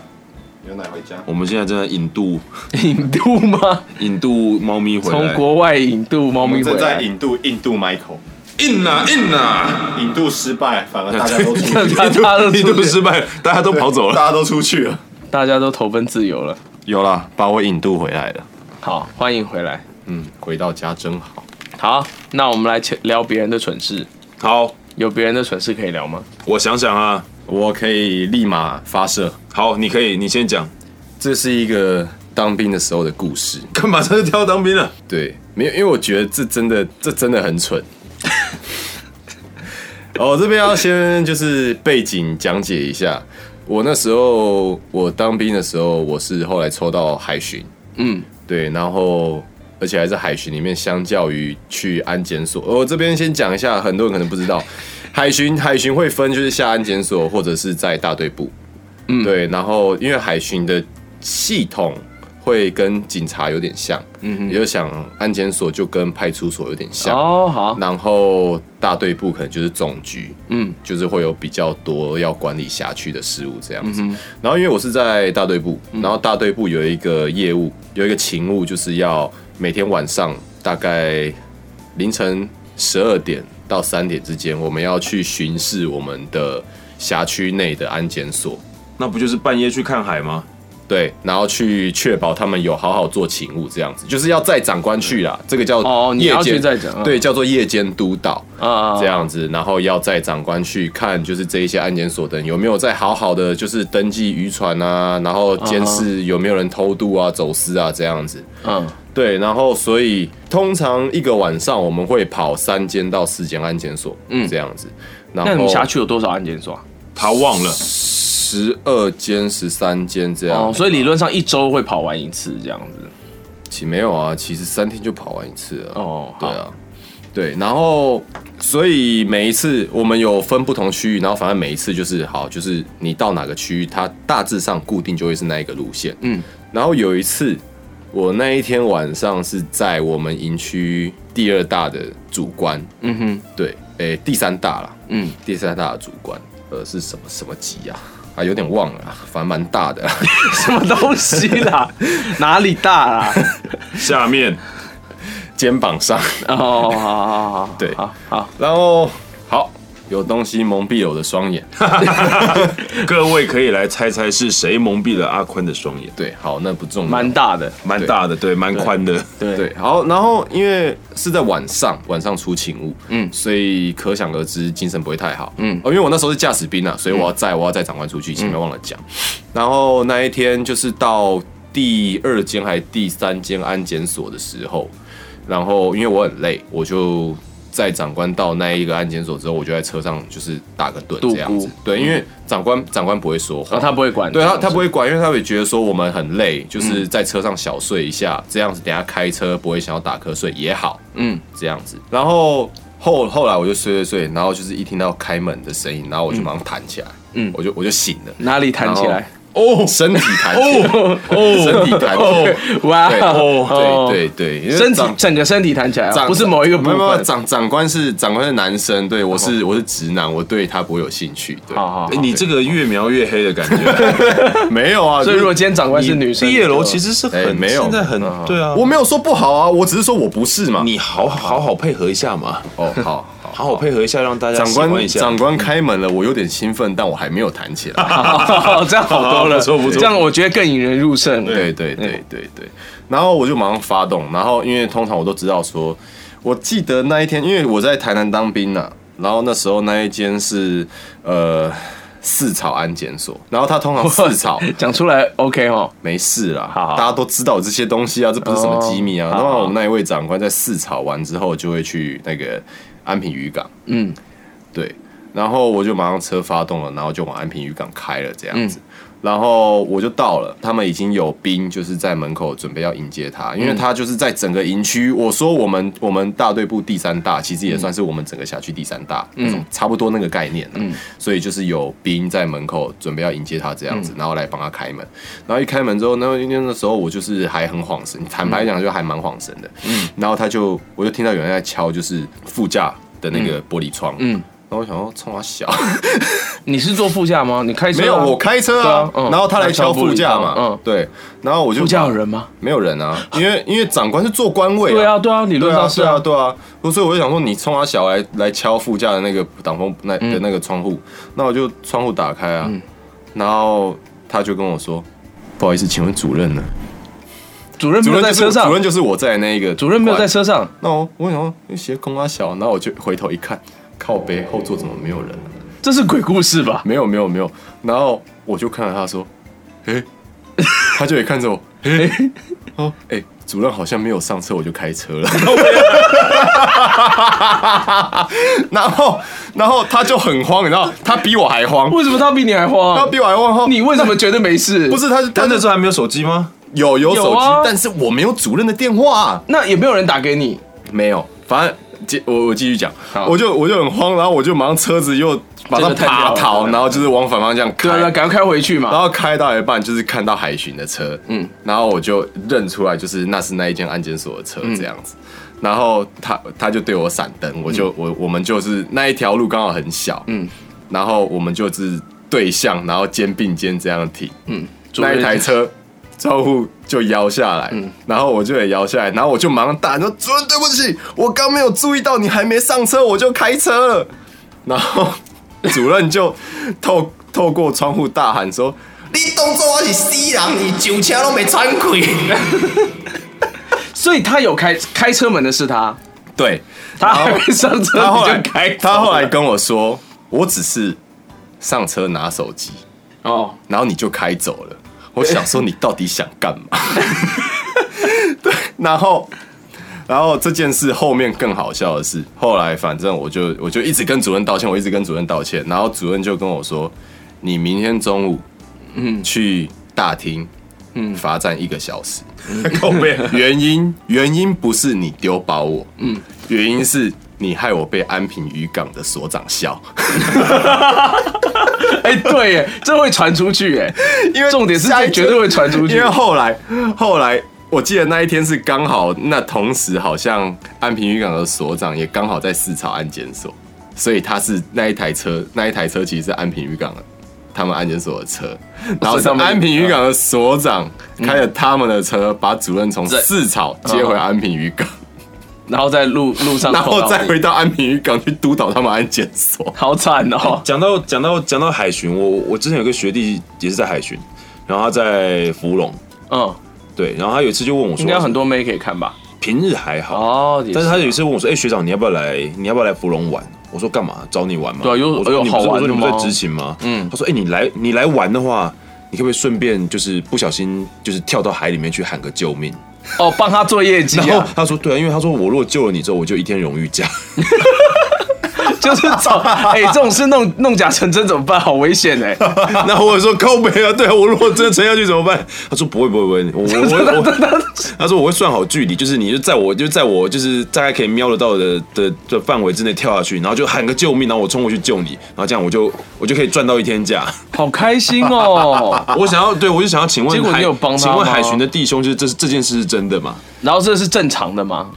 [SPEAKER 6] 牛奶回家。
[SPEAKER 5] 我们现在正在引渡
[SPEAKER 4] 引渡吗？
[SPEAKER 5] 引渡猫咪回
[SPEAKER 4] 从
[SPEAKER 5] 来，
[SPEAKER 4] 国外引渡猫
[SPEAKER 6] 我
[SPEAKER 4] 咪
[SPEAKER 6] 们
[SPEAKER 4] 回
[SPEAKER 6] 正在
[SPEAKER 4] 来，
[SPEAKER 6] 引渡印度 Michael，
[SPEAKER 5] 印啊印啊，
[SPEAKER 6] 引渡失败，反而大家都出
[SPEAKER 4] 大
[SPEAKER 6] 去，
[SPEAKER 4] 家大家都
[SPEAKER 5] 引
[SPEAKER 4] 出
[SPEAKER 5] 渡
[SPEAKER 4] 去
[SPEAKER 5] 失败，大家都跑走了。
[SPEAKER 6] 大家都出去了。
[SPEAKER 4] 大家都投奔自由了。
[SPEAKER 6] 有啦，把我引渡回来了。
[SPEAKER 4] 好，欢迎回来。
[SPEAKER 6] 嗯，回到家真好。
[SPEAKER 4] 好，那我们来切聊别人的蠢事，
[SPEAKER 5] 好，
[SPEAKER 4] 有别人的蠢事可以聊吗？
[SPEAKER 5] 我想想啊，
[SPEAKER 6] 我可以立马发射。
[SPEAKER 5] 好，你可以，你先讲。
[SPEAKER 6] 这是一个当兵的时候的故事。
[SPEAKER 5] 干嘛？他就跳当兵啊了？
[SPEAKER 6] 对，没有，因为我觉得这真的，这真的很 蠢。哦，这边要先就是背景讲解一下，我那时候我当兵的时候，我是后来抽到海巡，
[SPEAKER 4] 嗯，
[SPEAKER 6] 对，然后而且还是海巡里面，相较于去安检所，我、这边先讲一下，很多人可能不知道，海巡海巡会分就是下安检所或者是在大队部，嗯，对，然后因为海巡的系统会跟警察有点像，嗯，也就想安检所就跟派出所有点像，
[SPEAKER 4] 哦，好，
[SPEAKER 6] 然后大队部可能就是总局，
[SPEAKER 4] 嗯，
[SPEAKER 6] 就是会有比较多要管理辖区的事务这样
[SPEAKER 4] 嗯
[SPEAKER 6] 子。然后因为我是在大队部，然后大队部有一个业务，有一个勤务，就是要每天晚上大概凌晨十二点到三点之间，我们要去巡视我们的辖区内的安检所，
[SPEAKER 5] 那不就是半夜去看海吗？
[SPEAKER 6] 对，然后去确保他们有好好做勤务这样子，就是要载长官去啦，这个叫
[SPEAKER 4] 哦你
[SPEAKER 6] 夜
[SPEAKER 4] 要去
[SPEAKER 6] 间
[SPEAKER 4] 载长官
[SPEAKER 6] 对，叫做夜间督导。
[SPEAKER 4] 啊，
[SPEAKER 6] 这，样子，然后要载长官去看，就是这一些安检所的人有没有在好好的就是登记渔船啊，然后监视有没有人偷渡啊、走私啊这样子。
[SPEAKER 4] 嗯，
[SPEAKER 6] 对，然后所以通常一个晚上我们会跑三间到四间安检所，嗯，这样子。然
[SPEAKER 4] 那你
[SPEAKER 6] 后
[SPEAKER 4] 们辖区有多少安检所啊？
[SPEAKER 5] 他忘了，
[SPEAKER 6] 十二间、十三间这样，
[SPEAKER 4] 哦，所以理论上一周会跑完一次这样子。
[SPEAKER 6] 其没有啊，其实三天就跑完一次了。
[SPEAKER 4] 哦，
[SPEAKER 6] 对
[SPEAKER 4] 好，
[SPEAKER 6] 啊，对，然后所以每一次我们有分不同区域，然后反正每一次就是好，就是你到哪个区域，它大致上固定就会是那一个路线。
[SPEAKER 4] 嗯，
[SPEAKER 6] 然后有一次我那一天晚上是在我们营区第二大的主官，
[SPEAKER 4] 嗯哼，
[SPEAKER 6] 对，诶，第三大啦，
[SPEAKER 4] 嗯，
[SPEAKER 6] 第三大的主官，呃，是什么什么级啊？啊，有点忘了啊，反正蛮大的啊、
[SPEAKER 4] 什么东西啦？哪里大啦？
[SPEAKER 5] 下面
[SPEAKER 6] 肩膀上。
[SPEAKER 4] 哦，好好好好，
[SPEAKER 6] 对
[SPEAKER 4] 好好，
[SPEAKER 6] 然后好，有东西蒙蔽了我的双眼。
[SPEAKER 5] 各位可以来猜猜是谁蒙蔽了阿宽的双眼，
[SPEAKER 6] 对，好，那不重要。
[SPEAKER 4] 蛮大的，
[SPEAKER 5] 蛮大的，对，蛮宽的。
[SPEAKER 4] 对，
[SPEAKER 6] 对，好，然后因为是在晚上，晚上出勤务，嗯，所以可想而知精神不会太好，嗯，哦，因为我那时候是驾驶兵啊，所以我要载、我要载长官出去，前面忘了讲。然后那一天就是到第二间还第三间安检所的时候，然后因为我很累，我就在长官到那一个安检所之后，我就在车上就是打个盹
[SPEAKER 4] 度
[SPEAKER 6] 这样子
[SPEAKER 4] 孤，
[SPEAKER 6] 对，因为长官长官不会说话，
[SPEAKER 4] 然后哦他不会管，
[SPEAKER 6] 对他，他不会管，因为他会觉得说我们很累，就是
[SPEAKER 4] 嗯
[SPEAKER 6] 在车上小睡一下，这样子等下开车不会想要打瞌睡也好，
[SPEAKER 4] 嗯，
[SPEAKER 6] 这样子。然后后后来我就睡睡睡，然后就是一听到开门的声音，然后我就马上弹起来，
[SPEAKER 4] 嗯
[SPEAKER 6] 我就我就醒了，
[SPEAKER 4] 哪里弹起来？
[SPEAKER 6] 哦，身体弹起来，哦， 身体弹起来，
[SPEAKER 4] 哇
[SPEAKER 6] 哦，
[SPEAKER 4] 哦，
[SPEAKER 6] 对对对，因为
[SPEAKER 4] 身体
[SPEAKER 6] 长
[SPEAKER 4] 整个身体弹起来哦，
[SPEAKER 6] 长
[SPEAKER 4] 不是某一个部
[SPEAKER 6] 没有没有
[SPEAKER 4] 分。
[SPEAKER 6] 长长官是长官是男生，对我是我是直男，我对他不会有兴趣，对，
[SPEAKER 4] 好好，好
[SPEAKER 5] 哎，你这个越描越黑的感 觉。
[SPEAKER 6] 没有啊，
[SPEAKER 4] 所以
[SPEAKER 6] 就是
[SPEAKER 4] 如果今天长官是女生，
[SPEAKER 5] 毕业楼其实是
[SPEAKER 6] 哎
[SPEAKER 5] 很
[SPEAKER 6] 没有
[SPEAKER 5] 现在很对啊。
[SPEAKER 6] 我没有说不好啊，我只是说我不是嘛，
[SPEAKER 5] 你好好好配合一下嘛，
[SPEAKER 6] 哦，好 好。
[SPEAKER 5] 好好配合一下，让大家
[SPEAKER 6] 长
[SPEAKER 5] 喜欢
[SPEAKER 6] 官
[SPEAKER 5] 一下。
[SPEAKER 6] 长官开门了，我有点兴奋，但我还没有弹起来。
[SPEAKER 4] 哦，这样好多了，
[SPEAKER 5] 不错不错
[SPEAKER 4] 这样我觉得更引人入胜。
[SPEAKER 6] 对对对对对，然后我就马上发动，然后因为通常我都知道说，我记得那一天，因为我在台南当兵啊，然后那时候那一间是呃四草安检所，然后他通常四 草
[SPEAKER 4] 讲出来 OK 哦，
[SPEAKER 6] 没事啦，
[SPEAKER 4] 好好
[SPEAKER 6] 大家都知道这些东西啊，这不是什么机密啊。
[SPEAKER 4] 哦
[SPEAKER 6] 那
[SPEAKER 4] 好
[SPEAKER 6] 么我们那一位长官在四草完之后，就会去那个安平渔港，
[SPEAKER 4] 嗯，
[SPEAKER 6] 对，然后我就马上车发动了，然后就往安平渔港开了这样
[SPEAKER 4] 嗯
[SPEAKER 6] 子。然后我就到了，他们已经有兵，就是在门口准备要迎接他，因为他就是在整个营区。我说我们我们大队部第三大，其实也算是我们整个辖区第三大，
[SPEAKER 4] 嗯
[SPEAKER 6] 那种差不多那个概念、啊。所以就是有兵在门口准备要迎接他这
[SPEAKER 4] 嗯
[SPEAKER 6] 样子，然后来帮他开门。然后一开门之后，那因为那时候我就是还很晃神，坦白讲就还蛮晃神的。嗯，然后他就我就听到有人在敲，就是副驾的那个玻璃窗。
[SPEAKER 4] 嗯
[SPEAKER 6] 嗯。然后我想要冲他小，
[SPEAKER 4] 你是坐副驾吗？你开车啊
[SPEAKER 6] 没有我开车啊，
[SPEAKER 4] 对啊嗯
[SPEAKER 6] 然后他来敲副驾嘛，
[SPEAKER 4] 嗯
[SPEAKER 6] 对，然后我就
[SPEAKER 4] 副驾有人吗？
[SPEAKER 6] 没有人啊，因为因为长官是坐官位、
[SPEAKER 4] 对啊，对啊，理
[SPEAKER 6] 对
[SPEAKER 4] 论
[SPEAKER 6] 啊，
[SPEAKER 4] 上是
[SPEAKER 6] 对啊，。对啊，所以我就想说，你冲他小来来敲副驾的那个挡风那的那个窗户，那我就窗户打开啊，然后他就跟我说，不好意思，请问主任呢？
[SPEAKER 4] 主任没
[SPEAKER 6] 主
[SPEAKER 4] 有
[SPEAKER 6] 任
[SPEAKER 4] 在
[SPEAKER 6] 就是
[SPEAKER 4] 车上
[SPEAKER 6] 主，任就是我在的那一个，
[SPEAKER 4] 主任没有在。车上，
[SPEAKER 6] 那我我想说，那鞋空啊小，然后我就回头一看，靠背后座怎么没有人啊、
[SPEAKER 4] 这是鬼故事吧？
[SPEAKER 6] 没有没有没有，然后我就看着他说，诶、他就也看着我，哎、哦，哎、主任好像没有上车，我就开车了。 然后，然后他就很慌，你知道，他比我还慌，
[SPEAKER 4] 为什么他比你还慌？
[SPEAKER 6] 他比我还慌。后
[SPEAKER 4] 你为什么觉得没事？
[SPEAKER 6] 不，是，他是他
[SPEAKER 5] 他那
[SPEAKER 6] 那
[SPEAKER 5] 时候还没有手机吗？
[SPEAKER 6] 有有
[SPEAKER 4] 有
[SPEAKER 6] 手机，
[SPEAKER 4] 啊
[SPEAKER 6] 但是我没有主任的电话啊、
[SPEAKER 4] 那也没有人打给你。
[SPEAKER 6] 没有，反正接我我继续讲
[SPEAKER 4] 好，
[SPEAKER 6] 我就我就很慌，然后我就马上车子又把它
[SPEAKER 4] 这个太屌
[SPEAKER 6] 爬
[SPEAKER 4] 了
[SPEAKER 6] 逃，然后就是往反方向
[SPEAKER 4] 对啊，
[SPEAKER 6] 开
[SPEAKER 4] 对啊，，赶快开回去
[SPEAKER 6] 然
[SPEAKER 4] 嘛。
[SPEAKER 6] 后开到一半就是看到海巡的车，嗯，然后我就认出来，就是那是那一间安检所的车
[SPEAKER 4] 嗯
[SPEAKER 6] 这样子。然后他他就对我闪灯，我
[SPEAKER 4] 嗯
[SPEAKER 6] 就、我我们就是那一条路刚好很小，嗯，然后我们就是对向，然后肩并肩这样停，嗯，那一台车。招呼就摇下来，
[SPEAKER 4] 嗯
[SPEAKER 6] 然后我就也摇下来，然后我就马上大喊说：“主任，对不起，我刚没有注意到你还没上车，我就开车了。” 然后主任就透透过窗户大喊说：“你当作我是死人，你上车都没喘 气。
[SPEAKER 4] 所以他有开开车门的是他，”
[SPEAKER 6] 对，
[SPEAKER 4] 他还没上车
[SPEAKER 6] 他后
[SPEAKER 4] 你
[SPEAKER 6] 来
[SPEAKER 4] 就开走了。
[SPEAKER 6] 他后来跟我说：“我只是上车拿手机，
[SPEAKER 4] 哦，
[SPEAKER 6] 然后你就开走了。”我想说你到底想干嘛？ 对，然后。然后这件事后面更好笑的是，后来反正我就我就一直跟主任道歉，我一直跟主任道歉，然后主任就跟我说：“你明天中午，嗯，去大厅，嗯，罚站一个小时。
[SPEAKER 5] 靠背，
[SPEAKER 6] 原因原因不是你丢包我，嗯，原因是你害我被安平渔港的所长笑，
[SPEAKER 4] 哎，对耶，这会传出去耶。
[SPEAKER 6] 因为
[SPEAKER 4] 重点是
[SPEAKER 6] 下一
[SPEAKER 4] 这绝对会传出去
[SPEAKER 6] 因为后来后来。我记得那一天是刚好，那同时好像安平渔港的所长也刚好在四草安检所，所以他是那一台车，那一台车其实是安平渔港的他们安检所的车，然后是
[SPEAKER 4] 哦所以他们
[SPEAKER 6] 安平渔港的所长开着他们的车，把主任从四草接回安平渔港。
[SPEAKER 4] 哦然后在路路上
[SPEAKER 6] 然
[SPEAKER 4] 碰到你，
[SPEAKER 6] 后再回到安平渔港去督导他们安检所。
[SPEAKER 4] 好惨
[SPEAKER 6] 啊
[SPEAKER 4] 哦。
[SPEAKER 5] 讲到讲到讲到海巡，我我之前有个学弟也是在海巡，然后他在芙蓉，
[SPEAKER 4] 嗯，
[SPEAKER 5] 对，然后他有一次就问我说，
[SPEAKER 4] 应该有很多妹可以看吧？
[SPEAKER 5] 平日还好，
[SPEAKER 4] 哦，也
[SPEAKER 5] 但是他有一次问我说，哎、学长你要不要来？你要不要来芙蓉玩？我说干嘛？找你玩嘛？
[SPEAKER 4] 对啊有
[SPEAKER 5] 我说哎
[SPEAKER 4] 有
[SPEAKER 5] 你不
[SPEAKER 4] 好
[SPEAKER 5] 是我
[SPEAKER 4] 玩
[SPEAKER 5] 说
[SPEAKER 4] 的
[SPEAKER 5] 你不是在
[SPEAKER 4] 吗
[SPEAKER 5] 执勤吗？嗯，他说哎、你来你来玩的话，你可不可以顺便就是不小心就是跳到海里面去喊个救命？
[SPEAKER 4] 哦，帮他做业绩
[SPEAKER 5] 然后
[SPEAKER 4] 啊，
[SPEAKER 5] 他说对啊，因为他说我如果救了你之后，我就一天荣誉奖。
[SPEAKER 4] 就是找 哎，这种事弄弄假成真怎么办？好危险哎！
[SPEAKER 5] 那我说靠北啊，对啊，我如果真的沉下去怎么办？他说不会不会不会，我我 我我，他说我会算好距离，就是你就在我就在我就是大概可以瞄得到的的的范围之内跳下去，然后就喊个救命，然后我冲过去救你，然后这样我就我就可以赚到一天假。
[SPEAKER 4] 好开心哦。
[SPEAKER 5] 我想要对我就想要请问海，
[SPEAKER 4] 结果你有帮他
[SPEAKER 5] 请问
[SPEAKER 4] 吗
[SPEAKER 5] 海巡的弟兄，就是这这件事是真的吗？
[SPEAKER 4] 然后这是正常的吗？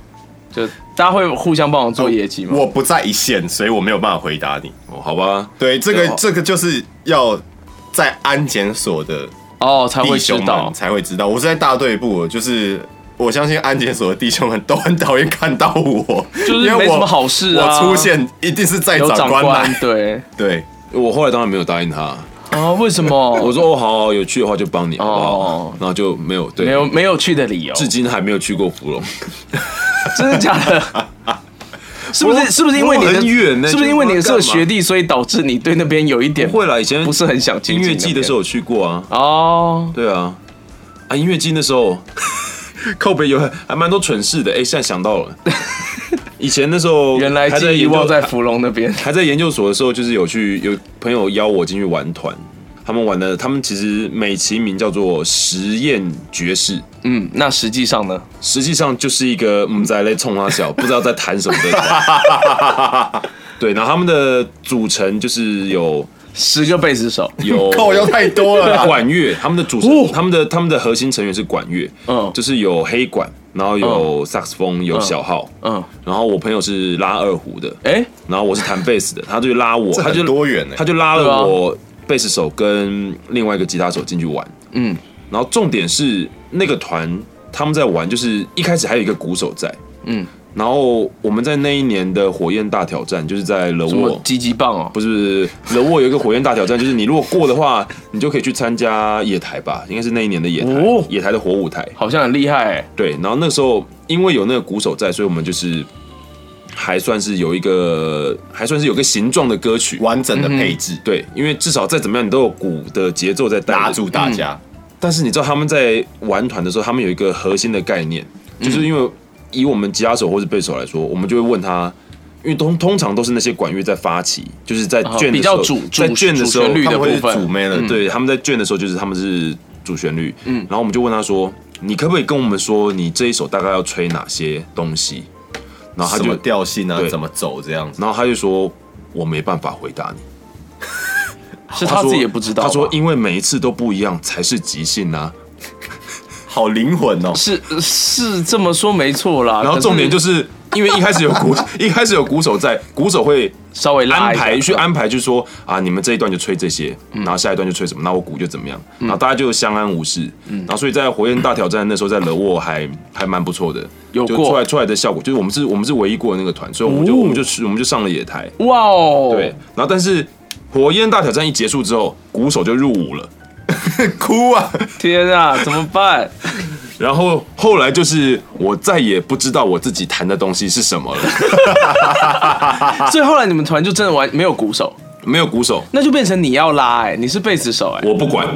[SPEAKER 4] 就大家会互相帮忙做业绩吗？
[SPEAKER 6] 我不在一线，所以我没有办法回答你。
[SPEAKER 5] 哦，好吧，
[SPEAKER 6] 对，这
[SPEAKER 5] 对
[SPEAKER 6] 个
[SPEAKER 5] 哦
[SPEAKER 6] 这个就是要在安检所的
[SPEAKER 4] 哦，才会
[SPEAKER 6] 弟
[SPEAKER 4] 知
[SPEAKER 6] 兄
[SPEAKER 4] 道
[SPEAKER 6] 们。才会知道。我是在大队部，就是我相信安检所的弟兄们都很讨厌看到我，
[SPEAKER 4] 就是
[SPEAKER 6] 因为
[SPEAKER 4] 没什
[SPEAKER 6] 我
[SPEAKER 4] 么好事啊
[SPEAKER 6] 我出现一定是在
[SPEAKER 4] 有长
[SPEAKER 6] 官
[SPEAKER 4] 官
[SPEAKER 6] 来，
[SPEAKER 4] 对
[SPEAKER 6] 对，
[SPEAKER 5] 我后来当然没有答应他，
[SPEAKER 4] 哦，为什么
[SPEAKER 5] 我说哦好好有趣的话就帮你，好不好？
[SPEAKER 4] 哦
[SPEAKER 5] 然后就没有对，
[SPEAKER 4] 没有没有去的理由？
[SPEAKER 5] 至今还没有去过芙蓉。
[SPEAKER 4] 真的假 的？是不
[SPEAKER 5] 我
[SPEAKER 4] 是是不是因为你
[SPEAKER 5] 我很远
[SPEAKER 4] 的
[SPEAKER 5] 呢
[SPEAKER 4] 是不是因为你的
[SPEAKER 5] 就是我要
[SPEAKER 4] 是
[SPEAKER 5] 干嘛
[SPEAKER 4] 个学弟，所以导致你对那边有一点
[SPEAKER 5] 不会啦，以前
[SPEAKER 4] 不是很想接
[SPEAKER 5] 音
[SPEAKER 4] 近
[SPEAKER 5] 乐季的时候有去过啊。
[SPEAKER 4] 哦？
[SPEAKER 5] 对啊，啊，音乐季那时候， 靠北有还蛮多蠢事的。哎、现在想到 了，以前那时候
[SPEAKER 4] 原来
[SPEAKER 5] 还在
[SPEAKER 4] 记忆
[SPEAKER 5] 研究
[SPEAKER 4] 忘在芙蓉那边，
[SPEAKER 5] 还在研究所的时候，就是有去有朋友邀我进去玩团，他们玩的，他们其实美其名叫做实验爵士，
[SPEAKER 4] 嗯，那实际上呢？
[SPEAKER 5] 实际上就是一个嗯在在冲他笑， 不知道在谈什么的团。对，然后他们的组成就是有
[SPEAKER 4] 十个贝斯手，
[SPEAKER 5] 有
[SPEAKER 6] 扣又太 多了
[SPEAKER 4] 啊
[SPEAKER 6] 啦。
[SPEAKER 5] 管乐，他们的主成，
[SPEAKER 4] 哦
[SPEAKER 5] 他们的他们的核心成员是管乐，
[SPEAKER 4] 嗯
[SPEAKER 5] 就是有黑管，然后
[SPEAKER 4] 哦
[SPEAKER 5] 有萨克斯风，有小号，
[SPEAKER 4] 嗯，
[SPEAKER 5] 然后我朋友是拉二胡的，
[SPEAKER 4] 哎，
[SPEAKER 5] 然后我是弹贝斯的，他就拉我，
[SPEAKER 6] 这
[SPEAKER 5] 他
[SPEAKER 6] 很
[SPEAKER 5] 就
[SPEAKER 6] 多元欸
[SPEAKER 5] 他就拉
[SPEAKER 4] 对啊
[SPEAKER 5] 了我贝斯手跟另外一个吉他手进去玩，
[SPEAKER 4] 嗯，
[SPEAKER 5] 然后重点是那个团他们在玩，就是一开始还有一个鼓手在，
[SPEAKER 4] 嗯，
[SPEAKER 5] 然后我们在那一年的火焰大挑战，就是在勒
[SPEAKER 4] 什么
[SPEAKER 5] 沃，
[SPEAKER 4] 鸡鸡棒哦？
[SPEAKER 5] 不是不是，不是人沃有一个火焰大挑战，就是你如果过的话，你就可以去参加野台吧，应该是那一年的野台，
[SPEAKER 4] 哦
[SPEAKER 5] 野台的火舞台。
[SPEAKER 4] 好像很厉害哎，
[SPEAKER 5] 对，然后那时候因为有那个鼓手在，所以我们就是还算是有一个，还算是有个形状的歌曲。
[SPEAKER 4] 嗯
[SPEAKER 6] 完整的配置，
[SPEAKER 5] 对，因为至少再怎么样，你都有鼓的节奏在带着
[SPEAKER 4] 嗯
[SPEAKER 6] 拉住大家。
[SPEAKER 5] 但是你知道他们在玩团的时候，他们有一个核心的概念，
[SPEAKER 4] 嗯
[SPEAKER 5] 就是因为以我们吉他手或是贝斯手来说，我们就会问他。因为通通常都是那些管乐在发起，就是在
[SPEAKER 4] 啊
[SPEAKER 5] 卷的
[SPEAKER 4] 比
[SPEAKER 5] 时
[SPEAKER 4] 较
[SPEAKER 5] 候，
[SPEAKER 4] 主主
[SPEAKER 5] 在卷的时候，
[SPEAKER 4] 主旋律
[SPEAKER 5] 他
[SPEAKER 6] 他
[SPEAKER 5] 们
[SPEAKER 6] 们
[SPEAKER 4] 的
[SPEAKER 6] 会
[SPEAKER 5] 会
[SPEAKER 6] 是
[SPEAKER 4] 部分嗯
[SPEAKER 6] 主妹了，对
[SPEAKER 5] 呃对，他们在卷的时候就是他们是主旋律，嗯，然后我们就问他说，你可不可以跟我们说你这一首大概要吹哪些东西？然后他
[SPEAKER 6] 什
[SPEAKER 5] 就
[SPEAKER 6] 么，调性啊
[SPEAKER 5] 对，
[SPEAKER 6] 怎么走这样子。
[SPEAKER 5] 然后他就说，我没办法回答你。
[SPEAKER 4] 是他
[SPEAKER 5] 说
[SPEAKER 4] 自己也不知道吧。
[SPEAKER 5] 他说因为每一次都不一样才是即兴啊。
[SPEAKER 6] 好灵魂哦，
[SPEAKER 4] 是是这么说没错啦。
[SPEAKER 5] 然后
[SPEAKER 4] 可
[SPEAKER 5] 重点就是因为一开始有鼓， 一开始有鼓手在，鼓手会
[SPEAKER 4] 稍微拉一
[SPEAKER 5] 安
[SPEAKER 4] 下
[SPEAKER 5] 排去安排，就是说啊，你们这一段就吹这些，
[SPEAKER 4] 嗯
[SPEAKER 5] 然后下一段就吹什么，那我鼓就怎么样，然后大家就相安无事。
[SPEAKER 4] 嗯
[SPEAKER 5] 然后所以在火焰大挑战那时候，在惹沃还还蛮不错的，
[SPEAKER 4] 有
[SPEAKER 5] 就
[SPEAKER 4] 过
[SPEAKER 5] 出来出来的效果，就是我们是我们是唯一过的那个团，所以我们就我们就我们就上了野台，
[SPEAKER 4] 哇哦，
[SPEAKER 5] 对，然后但是火焰大挑战一结束之后，鼓手就入伍了。
[SPEAKER 6] 哭啊！
[SPEAKER 4] 天啊，怎么 办？
[SPEAKER 5] 然后后来就是我再也不知道我自己弹的东西是什么了， 啊
[SPEAKER 4] 所以后来你们团就真的玩没有鼓手，
[SPEAKER 5] 没有鼓手，
[SPEAKER 4] 那就变成你要拉哎、你是贝斯手哎、
[SPEAKER 5] 我不管，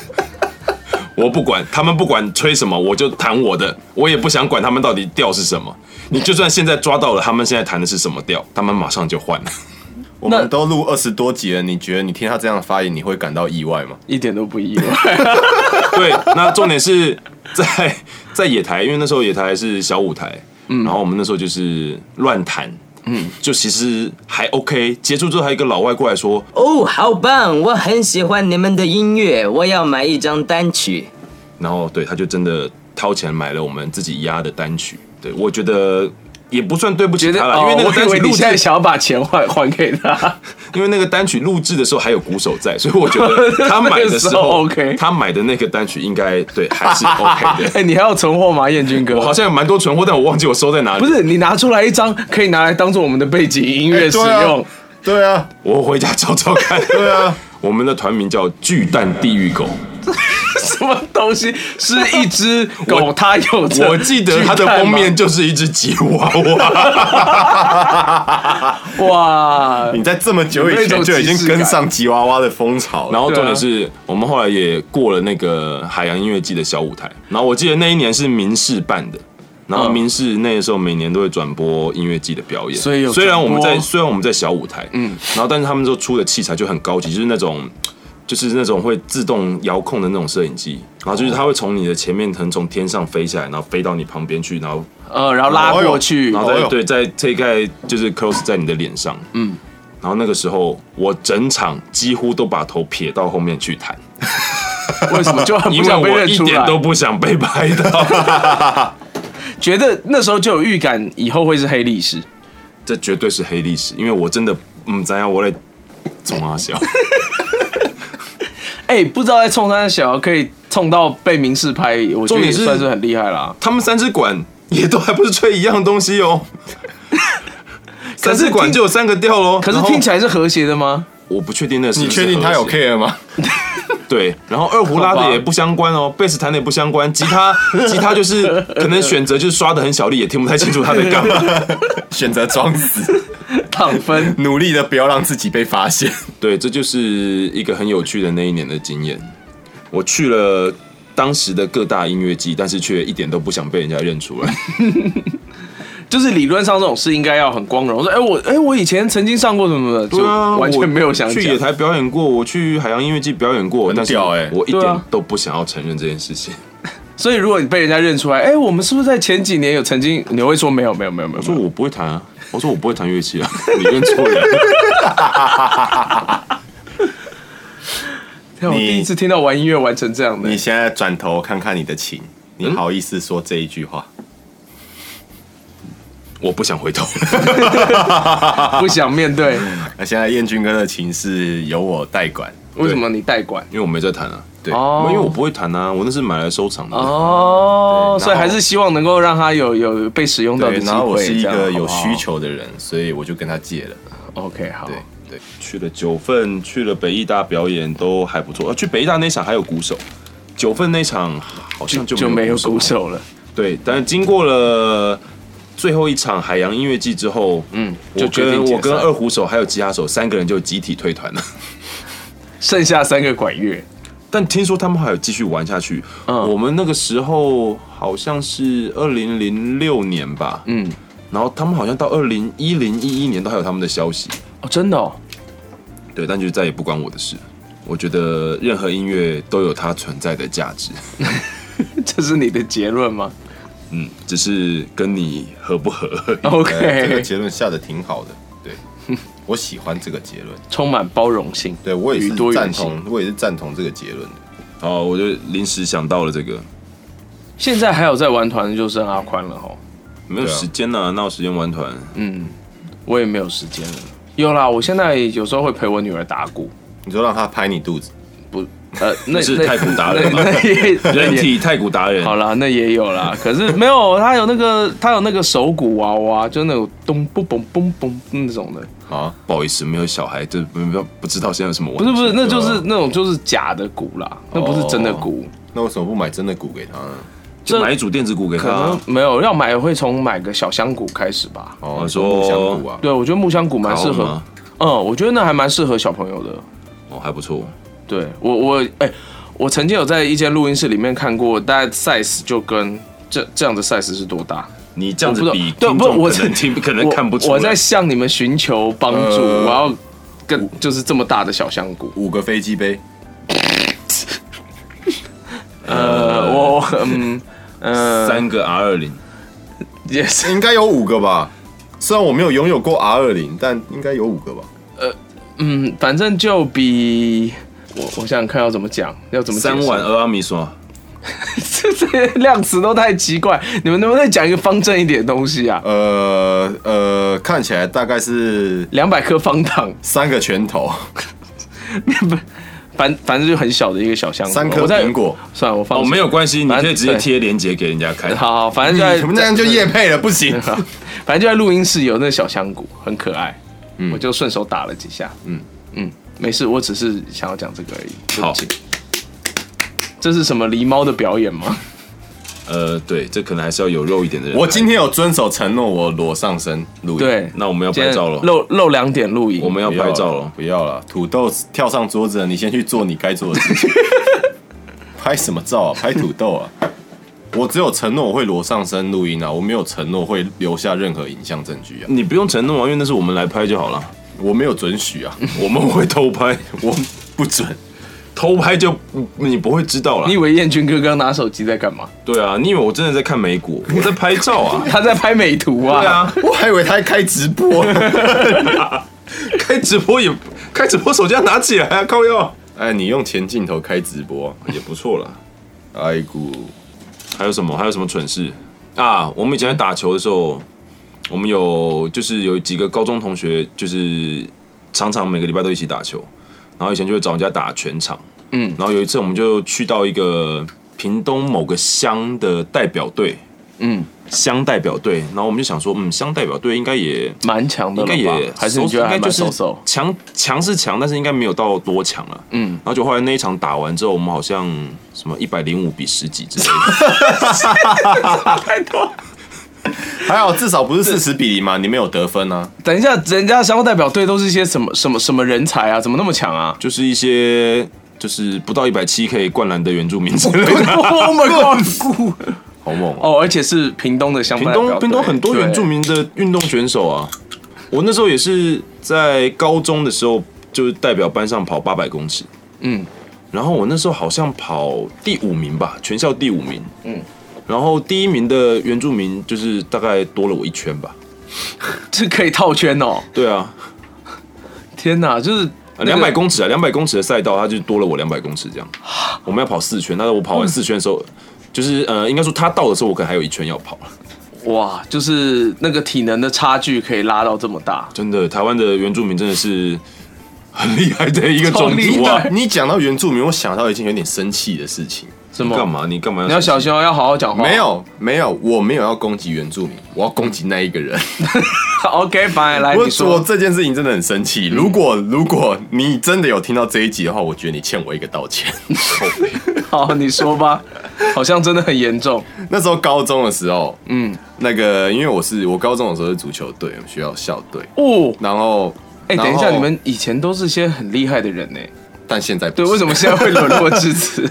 [SPEAKER 5] 我不管，他们不管吹什么，我就弹我的，我也不想管他们到底调是什么。你就算现在抓到了他们现在弹的是什么调，他们马上就换 了。
[SPEAKER 6] 我们都录二十多集了，你觉得你听他这样的发言，你会感到意外吗？
[SPEAKER 4] 一点都不意 外。
[SPEAKER 5] 对，那重点是在在野台，因为那时候野台是小舞台，
[SPEAKER 4] 嗯
[SPEAKER 5] 然后我们那时候就是乱弹，嗯，就其实还 OK。结束之后，还有一个老外过来说，
[SPEAKER 7] 哦，好棒！我很喜欢你们的音乐，我要买一张单曲。
[SPEAKER 5] 然后对，他就真的掏钱买了我们自己压的单曲。对我觉得也不算对不起
[SPEAKER 4] 觉得
[SPEAKER 5] 他了，
[SPEAKER 4] 哦
[SPEAKER 5] 因为那个
[SPEAKER 4] 我
[SPEAKER 5] 单
[SPEAKER 4] 以
[SPEAKER 5] 曲
[SPEAKER 4] 为
[SPEAKER 5] 录
[SPEAKER 4] 你
[SPEAKER 5] 制
[SPEAKER 4] 现在想要把钱还还给 他，
[SPEAKER 5] 因为那个单曲录制的时候还有鼓手在，所以我觉得他买 的时
[SPEAKER 4] 那个时候
[SPEAKER 5] 候
[SPEAKER 4] OK
[SPEAKER 5] 他买的那个单曲应该对还 是 OK
[SPEAKER 4] 哎、
[SPEAKER 5] 的。
[SPEAKER 4] 你还要存货吗，燕军哥？
[SPEAKER 5] 我好像有蛮多存货，但我忘记我收在哪里。
[SPEAKER 4] 不，是你拿出来一张，可以拿来当做我们的背景音乐使
[SPEAKER 5] 哎
[SPEAKER 4] 用。
[SPEAKER 6] 哎对啊，
[SPEAKER 5] 我回家找找看。
[SPEAKER 6] 对啊，
[SPEAKER 5] 我们的团名叫巨蛋地狱狗，
[SPEAKER 4] 什么东西是一只 狗，它有着
[SPEAKER 5] 我记得它的封面就是一只吉娃
[SPEAKER 4] 巨蛋
[SPEAKER 5] 娃。
[SPEAKER 4] 吗哇，
[SPEAKER 6] 你在这么久以前就已经跟上吉娃娃的风潮了。
[SPEAKER 5] 然后重
[SPEAKER 4] 对啊
[SPEAKER 5] 点是我们后来也过了那个海洋音乐季的小舞台，然后我记得那一年是民视办的。然后
[SPEAKER 4] 嗯
[SPEAKER 5] 民视那时候每年都会转播音乐季的表演，
[SPEAKER 4] 所以有
[SPEAKER 5] 虽然
[SPEAKER 4] 转
[SPEAKER 5] 我们
[SPEAKER 4] 播
[SPEAKER 5] 在虽然我们在小舞台，嗯，然后但是他们就出的器材就很高级，就是那种就是那种会自动遥控的那种摄影机，然后就是它会从你的前面可能从天上飞下来，然后飞到你旁边去，然后
[SPEAKER 4] 呃，然后拉过去
[SPEAKER 5] 然，后再、
[SPEAKER 6] 哎呦
[SPEAKER 5] 对再推盖就是 close 在你的脸上，嗯，然后那个时候我整场几乎都把头撇到后面去弹，
[SPEAKER 4] 为什么就很
[SPEAKER 5] 因
[SPEAKER 4] 不
[SPEAKER 5] 为
[SPEAKER 4] 想被
[SPEAKER 5] 我
[SPEAKER 4] 认
[SPEAKER 5] 一
[SPEAKER 4] 出
[SPEAKER 5] 点
[SPEAKER 4] 来？
[SPEAKER 5] 都不想被拍 到，
[SPEAKER 4] 觉得那时候就有预感，以后会是黑历史。
[SPEAKER 5] 这绝对是黑历史，因为我真的嗯怎样我来冲 啊笑，
[SPEAKER 4] 哎、不知道在冲山小可以冲到被民视拍，我觉
[SPEAKER 5] 重
[SPEAKER 4] 得也
[SPEAKER 5] 点是
[SPEAKER 4] 算是很厉害啦。
[SPEAKER 5] 他们三支管也都还不是吹一样东西哦。三支管
[SPEAKER 4] 听
[SPEAKER 5] 就有三个调喽，
[SPEAKER 4] 可是听起来是和谐的 吗？
[SPEAKER 5] 来我不确定那是
[SPEAKER 6] 你
[SPEAKER 5] 不是
[SPEAKER 6] 确定他有
[SPEAKER 5] 和谐
[SPEAKER 6] care 吗？
[SPEAKER 5] 对，然后二胡拉的也不相关哦，贝斯弹的也不相关，吉他吉他就是可能选择就是刷的很小力，也听不太清楚他在干嘛。
[SPEAKER 6] 选择装 死，
[SPEAKER 4] 躺分
[SPEAKER 6] 努力的不要让自己被发现。
[SPEAKER 5] 对，这就是一个很有趣的那一年的经验。我去了当时的各大音乐季，但是却一点都不想被人家认出来。
[SPEAKER 4] 就是理论上这种事应该要很光荣，说哎、我哎、我以前曾经上过什么的， 就完全没有想
[SPEAKER 5] 啊我
[SPEAKER 4] 讲
[SPEAKER 5] 去。野台表演过，我去海洋音乐季表演过，但是
[SPEAKER 6] 屌欸
[SPEAKER 5] 我一
[SPEAKER 4] 对
[SPEAKER 5] 点
[SPEAKER 4] 啊
[SPEAKER 5] 都不想要承认这件事情。
[SPEAKER 4] 所以如果你被人家认出来，哎、我们是不是在前几年有曾经？你会说没有没有没有没有
[SPEAKER 5] 我。说我不会弹啊， 我说我不会弹乐器啊，你认错人。
[SPEAKER 4] 天啊我
[SPEAKER 6] 你
[SPEAKER 4] 第一次听到玩音乐玩成这样的
[SPEAKER 6] 你，现在转头看看你的琴，你好意思说这一句话？
[SPEAKER 5] 我不想回头。
[SPEAKER 4] 不想面 对。
[SPEAKER 6] 那现在燕军哥的琴是由我代管，
[SPEAKER 4] 为什么你代管？
[SPEAKER 5] 因为我没在弹啊，对，
[SPEAKER 4] 哦
[SPEAKER 5] 因为我不会弹啊，我那是买来收藏的。
[SPEAKER 4] 哦，
[SPEAKER 6] 对
[SPEAKER 4] 所以
[SPEAKER 6] 然
[SPEAKER 4] 还
[SPEAKER 6] 后
[SPEAKER 4] 是希望能够让他有有被使用到的
[SPEAKER 6] 对，
[SPEAKER 4] 机会。
[SPEAKER 6] 然后我是一
[SPEAKER 4] 这样好
[SPEAKER 6] 个
[SPEAKER 4] 不好
[SPEAKER 6] 有需。求的人，所以我就跟他借了。
[SPEAKER 4] OK，好
[SPEAKER 6] 对。对，
[SPEAKER 5] 去了九份，去了北艺大表演都还不错。啊，去北艺大那场还有鼓手，九份那场好像就
[SPEAKER 4] 就没有鼓。手了，
[SPEAKER 5] 对，但是经过了最后一场海洋音乐季之后，嗯，
[SPEAKER 4] 就
[SPEAKER 5] 我
[SPEAKER 4] 决定
[SPEAKER 5] 跟
[SPEAKER 4] 解
[SPEAKER 5] 我跟
[SPEAKER 4] 散
[SPEAKER 5] 二胡手还有吉他手三个人就集体退团了。
[SPEAKER 4] 剩下三个管乐。
[SPEAKER 5] 但听说他们还有继续玩下去。
[SPEAKER 4] 嗯
[SPEAKER 5] 我们那个时候好像是二零零六年吧，
[SPEAKER 4] 嗯，
[SPEAKER 5] 然后他们好像到二零一零一一年都还有他们的消息。
[SPEAKER 4] 哦，真的、哦，
[SPEAKER 5] 对，但就再也不关我的事。我觉得任何音乐都有它存在的价值，
[SPEAKER 4] 这是你的结论吗
[SPEAKER 5] 嗯，只是跟你合不合而
[SPEAKER 4] 哦
[SPEAKER 5] 已。
[SPEAKER 6] 呃这个
[SPEAKER 4] ？OK，
[SPEAKER 6] 结论下的挺好的， 对，我喜欢这个结论，
[SPEAKER 4] 充满包容性。
[SPEAKER 6] 对我也
[SPEAKER 4] 与
[SPEAKER 6] 是
[SPEAKER 4] 多元
[SPEAKER 6] 赞
[SPEAKER 4] 性
[SPEAKER 6] 同，我也是赞同这个结论的。
[SPEAKER 5] 哦，我就临时想到了这个，
[SPEAKER 4] 现在还有在玩团的就剩阿宽了吼，
[SPEAKER 5] 没有
[SPEAKER 6] 对啊
[SPEAKER 5] 时间呐、哪有时间玩团？
[SPEAKER 4] 嗯，我也没有时间了。有啦，我现在有时候会陪我女儿打鼓，
[SPEAKER 6] 你说让他拍你肚子，
[SPEAKER 4] 不，呃，那
[SPEAKER 5] 你是
[SPEAKER 4] 那
[SPEAKER 5] 太鼓达人吗
[SPEAKER 4] 那那也
[SPEAKER 5] 人体太古达 人，
[SPEAKER 4] 好啦，那也有啦， 可是没有，他有那个他有那个手鼓娃娃，就那种咚嘣嘣嘣嘣那种的，
[SPEAKER 5] 啊，不好意思，没有小孩，这不不不知道现在有什么玩
[SPEAKER 4] 不
[SPEAKER 5] 具。
[SPEAKER 4] 是不是，那就是那种就是假的鼓啦，
[SPEAKER 5] 哦
[SPEAKER 4] 那不是真的鼓，
[SPEAKER 6] 那为什么不买真的鼓给他呢？
[SPEAKER 5] 就买一组电子鼓给
[SPEAKER 4] 可能
[SPEAKER 5] 他。
[SPEAKER 4] 没有要买会从买个小香鼓开始吧。
[SPEAKER 6] 哦，
[SPEAKER 5] 我
[SPEAKER 6] 你说
[SPEAKER 5] 说
[SPEAKER 6] 木香鼓啊，
[SPEAKER 4] 对，我觉得木香鼓蛮适
[SPEAKER 5] 卡奥
[SPEAKER 4] 合
[SPEAKER 5] 吗，
[SPEAKER 4] 嗯，我觉得那还蛮适合小朋友的。
[SPEAKER 5] 哦，还不错。
[SPEAKER 4] 对我我哎、我曾经有在一间录音室里面看过，大概 size 就跟这这样的 size 是多大？
[SPEAKER 5] 你这样
[SPEAKER 4] 我
[SPEAKER 5] 子
[SPEAKER 4] 不知
[SPEAKER 5] 比
[SPEAKER 4] 道对
[SPEAKER 5] 听
[SPEAKER 4] 不
[SPEAKER 5] 众
[SPEAKER 4] 我
[SPEAKER 5] 可能听 可能
[SPEAKER 4] 我
[SPEAKER 5] 看不出来。
[SPEAKER 4] 我在向你们寻求帮助，
[SPEAKER 6] 呃
[SPEAKER 4] 我要跟就是这么大的小香菇。
[SPEAKER 6] 五个飞机杯，
[SPEAKER 4] 呃，我我嗯呃
[SPEAKER 5] 三个 R 二零，
[SPEAKER 4] 也是
[SPEAKER 6] 应该有五个吧？虽然我没有拥有过 R 二零，但应该有五个吧？
[SPEAKER 4] 嗯，反正就比我我想想看要怎么讲，要怎么解释
[SPEAKER 5] 三碗俄阿米刷。 哦
[SPEAKER 4] 这些量词都太奇怪，你们能不能讲一个方正一点的东西啊？
[SPEAKER 6] 呃呃，看起来大概是
[SPEAKER 4] 两百颗方糖，
[SPEAKER 6] 三个拳头，
[SPEAKER 4] 反反正就很小的一个小香菇。
[SPEAKER 6] 三颗
[SPEAKER 4] 我在
[SPEAKER 6] 苹果，
[SPEAKER 4] 算了，我放
[SPEAKER 5] 哦，
[SPEAKER 4] 弃
[SPEAKER 5] 没有关系，你
[SPEAKER 4] 反
[SPEAKER 5] 可
[SPEAKER 4] 正
[SPEAKER 5] 以直接贴链接给人家看。
[SPEAKER 4] 好好，反正就在
[SPEAKER 6] 你们那样就夜配了，不行。
[SPEAKER 4] 反正就在录音室有那小香鼓，很可爱，
[SPEAKER 5] 嗯
[SPEAKER 4] 我就顺手打了几下，嗯嗯，没事，我只是想要讲这个而已。对不起，这是什么狸猫的表演吗？
[SPEAKER 5] 呃，对，这可能还是要有肉一点的人来。
[SPEAKER 6] 我今天有遵守承诺，我裸上身录影。
[SPEAKER 4] 对，
[SPEAKER 5] 那我们要
[SPEAKER 4] 今
[SPEAKER 5] 拍
[SPEAKER 4] 天
[SPEAKER 5] 照了，
[SPEAKER 4] 露露两点录影，
[SPEAKER 5] 我们要
[SPEAKER 6] 不要
[SPEAKER 5] 拍
[SPEAKER 6] 了
[SPEAKER 5] 照了。
[SPEAKER 6] 不要了。土豆跳上桌子了，你先去做你该做的事情。拍什么照啊？拍土豆啊？我只有承诺我会裸上身录音啊，我没有承诺会留下任何影像证据啊，
[SPEAKER 5] 你不用承诺啊，因为那是我们来拍就好 了。
[SPEAKER 6] 我没有准许啊，
[SPEAKER 5] 我们会偷拍，
[SPEAKER 6] 我不准。
[SPEAKER 5] 偷拍就你不会知道了
[SPEAKER 4] 你以。为彦君哥刚拿手机在干 嘛？
[SPEAKER 5] 对啊，你以为我真的在看美股？我在拍照 啊。
[SPEAKER 4] 他在拍美图啊！
[SPEAKER 5] 对，啊，
[SPEAKER 6] 我还以为他在开直播。
[SPEAKER 5] 开直播也开直播，手机要拿起来啊，靠腰
[SPEAKER 6] 哎，你用前镜头开直播，
[SPEAKER 5] 也不 错了。
[SPEAKER 6] 哎姑，
[SPEAKER 5] 还有什么？还有什么蠢事啊？我们以前在打球的时候，我们有就是有几个高中同学，就是常常每个礼拜都一起打球，然后以前就会找人家打全场。
[SPEAKER 4] 嗯
[SPEAKER 5] 然后有一次我们就去到一个屏东某个乡的代表队，
[SPEAKER 4] 嗯，
[SPEAKER 5] 乡代表队，然后我们就想说，嗯，乡代表队应该也
[SPEAKER 4] 蛮强的
[SPEAKER 5] 应
[SPEAKER 4] 了
[SPEAKER 5] 该也
[SPEAKER 4] 吧？还是你觉得
[SPEAKER 5] 应
[SPEAKER 4] 还
[SPEAKER 5] 该就
[SPEAKER 4] 蛮
[SPEAKER 5] 是
[SPEAKER 4] 收手？
[SPEAKER 5] 强强是强，但是应该没有到多强了。
[SPEAKER 4] 嗯
[SPEAKER 5] 嗯，然后就后来那一场打完之后，我们好像什么一百零五比十几之类的，
[SPEAKER 6] 还好至少不是四十比零嘛，你没有得分啊。
[SPEAKER 4] 等一下，人家香港代表队都是一些什么什么什么人才啊？怎么那么强啊
[SPEAKER 5] 就是一些就是不到一百七可以灌篮的原住民之类的。
[SPEAKER 4] ？Oh my god！
[SPEAKER 6] 好猛哦！
[SPEAKER 4] 哦，而且是屏东的香
[SPEAKER 5] 屏
[SPEAKER 4] 港代表
[SPEAKER 5] 东
[SPEAKER 4] 队，
[SPEAKER 5] 屏东很多原
[SPEAKER 4] 对
[SPEAKER 5] 住民的运动选手啊，我那时候也是在高中的时候，就是代表班上跑八百公尺，
[SPEAKER 4] 嗯，
[SPEAKER 5] 然后我那时候好像跑第五名吧，全校第五名，嗯，然后第一名的原住民就是大概多了我一圈吧，
[SPEAKER 4] 这可以套圈哦！
[SPEAKER 5] 对啊，
[SPEAKER 4] 天哪，就是
[SPEAKER 5] 两百，公尺啊，两百公尺的赛道，他就多了我两百公尺 这样，我们要跑四圈，但是我跑完四圈的时候，就是呃，应该说他到的时候，我可能还有一圈要跑了。
[SPEAKER 4] 哇，就是那个体能的差距可以拉到这么大，
[SPEAKER 5] 真的，台湾的原住民真的是很厉害的一个种族啊！
[SPEAKER 6] 你讲到原住民，我想到一件有点生气的事情。
[SPEAKER 4] 什
[SPEAKER 5] 你
[SPEAKER 4] 么？
[SPEAKER 5] 干？嘛？你干嘛要？
[SPEAKER 4] 你要小心哦，要好好讲话。
[SPEAKER 6] 没有，没有，我没有要攻击原住民，我要攻击那一个人。
[SPEAKER 4] ，OK，拜，来，
[SPEAKER 6] 我
[SPEAKER 4] 你
[SPEAKER 6] 我
[SPEAKER 4] 说，
[SPEAKER 6] 这件事情真的很生气。如果如果你真的有听到这一集的话，我觉得你欠我一个道歉。
[SPEAKER 4] 好，你说吧，好像真的很严重。
[SPEAKER 6] 那时候高中的时候，
[SPEAKER 4] 嗯，
[SPEAKER 6] 那个因为我是我高中的时候是足球队，我们学校校队，
[SPEAKER 4] 哦，
[SPEAKER 6] 然后
[SPEAKER 4] 哎，
[SPEAKER 6] 然后
[SPEAKER 4] 等一下，你们以前都是些很厉害的人呢，
[SPEAKER 6] 但现在不
[SPEAKER 4] 对，
[SPEAKER 6] 是
[SPEAKER 4] 为什么现在会沦落至 此？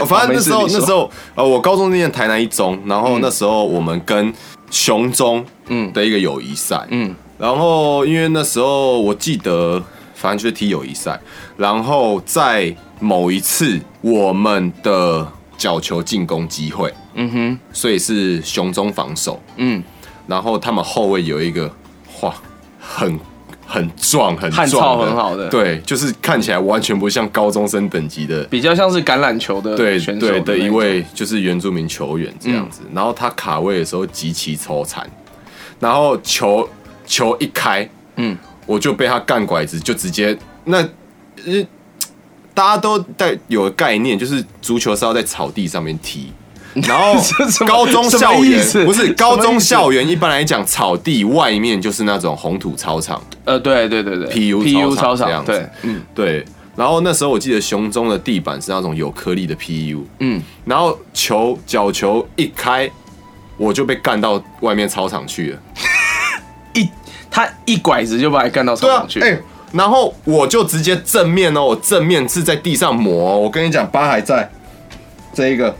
[SPEAKER 6] 哦反正那时候
[SPEAKER 4] 没事你说嗯
[SPEAKER 6] 那时候呃，我高中念台南一中，然后那时候我们跟雄中嗯的一个友谊赛嗯，然后因为那时候我记得反正就是踢友谊赛，然后在某一次我们的角球进攻机会，嗯哼，所以是雄中防守，
[SPEAKER 4] 嗯，
[SPEAKER 6] 然后他们后卫有一个哇，很很壮很
[SPEAKER 4] 悍
[SPEAKER 6] 壮
[SPEAKER 4] 操很好的
[SPEAKER 6] 对，就是看起来完全不像高中生等级的
[SPEAKER 4] 比较像是橄榄球的
[SPEAKER 6] 对
[SPEAKER 4] 选手
[SPEAKER 6] 对的
[SPEAKER 4] 那
[SPEAKER 6] 一
[SPEAKER 4] 种嗯
[SPEAKER 6] 位就是原住民球员这样子，然后他卡位的时候极其抽残，然后球球一开，
[SPEAKER 4] 嗯
[SPEAKER 6] 嗯，我就被他干拐子，就直接那呃大家都带有概念，就是足球是要在草地上面踢。然后
[SPEAKER 4] 这什么
[SPEAKER 6] 高中
[SPEAKER 4] 什么
[SPEAKER 6] 校
[SPEAKER 4] 意
[SPEAKER 6] 园
[SPEAKER 4] 思
[SPEAKER 6] 不
[SPEAKER 4] 什么意思
[SPEAKER 6] 是高中校园，一般来讲，草地外面就是那种红土操场，
[SPEAKER 4] 呃，对对对对操
[SPEAKER 6] PU 操场这样子
[SPEAKER 4] 对，嗯
[SPEAKER 6] 对。然后那时候我记得雄中的地板是那种有颗粒的 PU，
[SPEAKER 4] 嗯，
[SPEAKER 6] 然后球角球一开，我就被干到外面操场去了。
[SPEAKER 4] 一他一拐子就把你干到操
[SPEAKER 6] 对啊
[SPEAKER 4] 场，去，
[SPEAKER 6] 哎、然后我就直接正面哦，我正面是在地上磨哦、我跟你讲，疤还在这一个，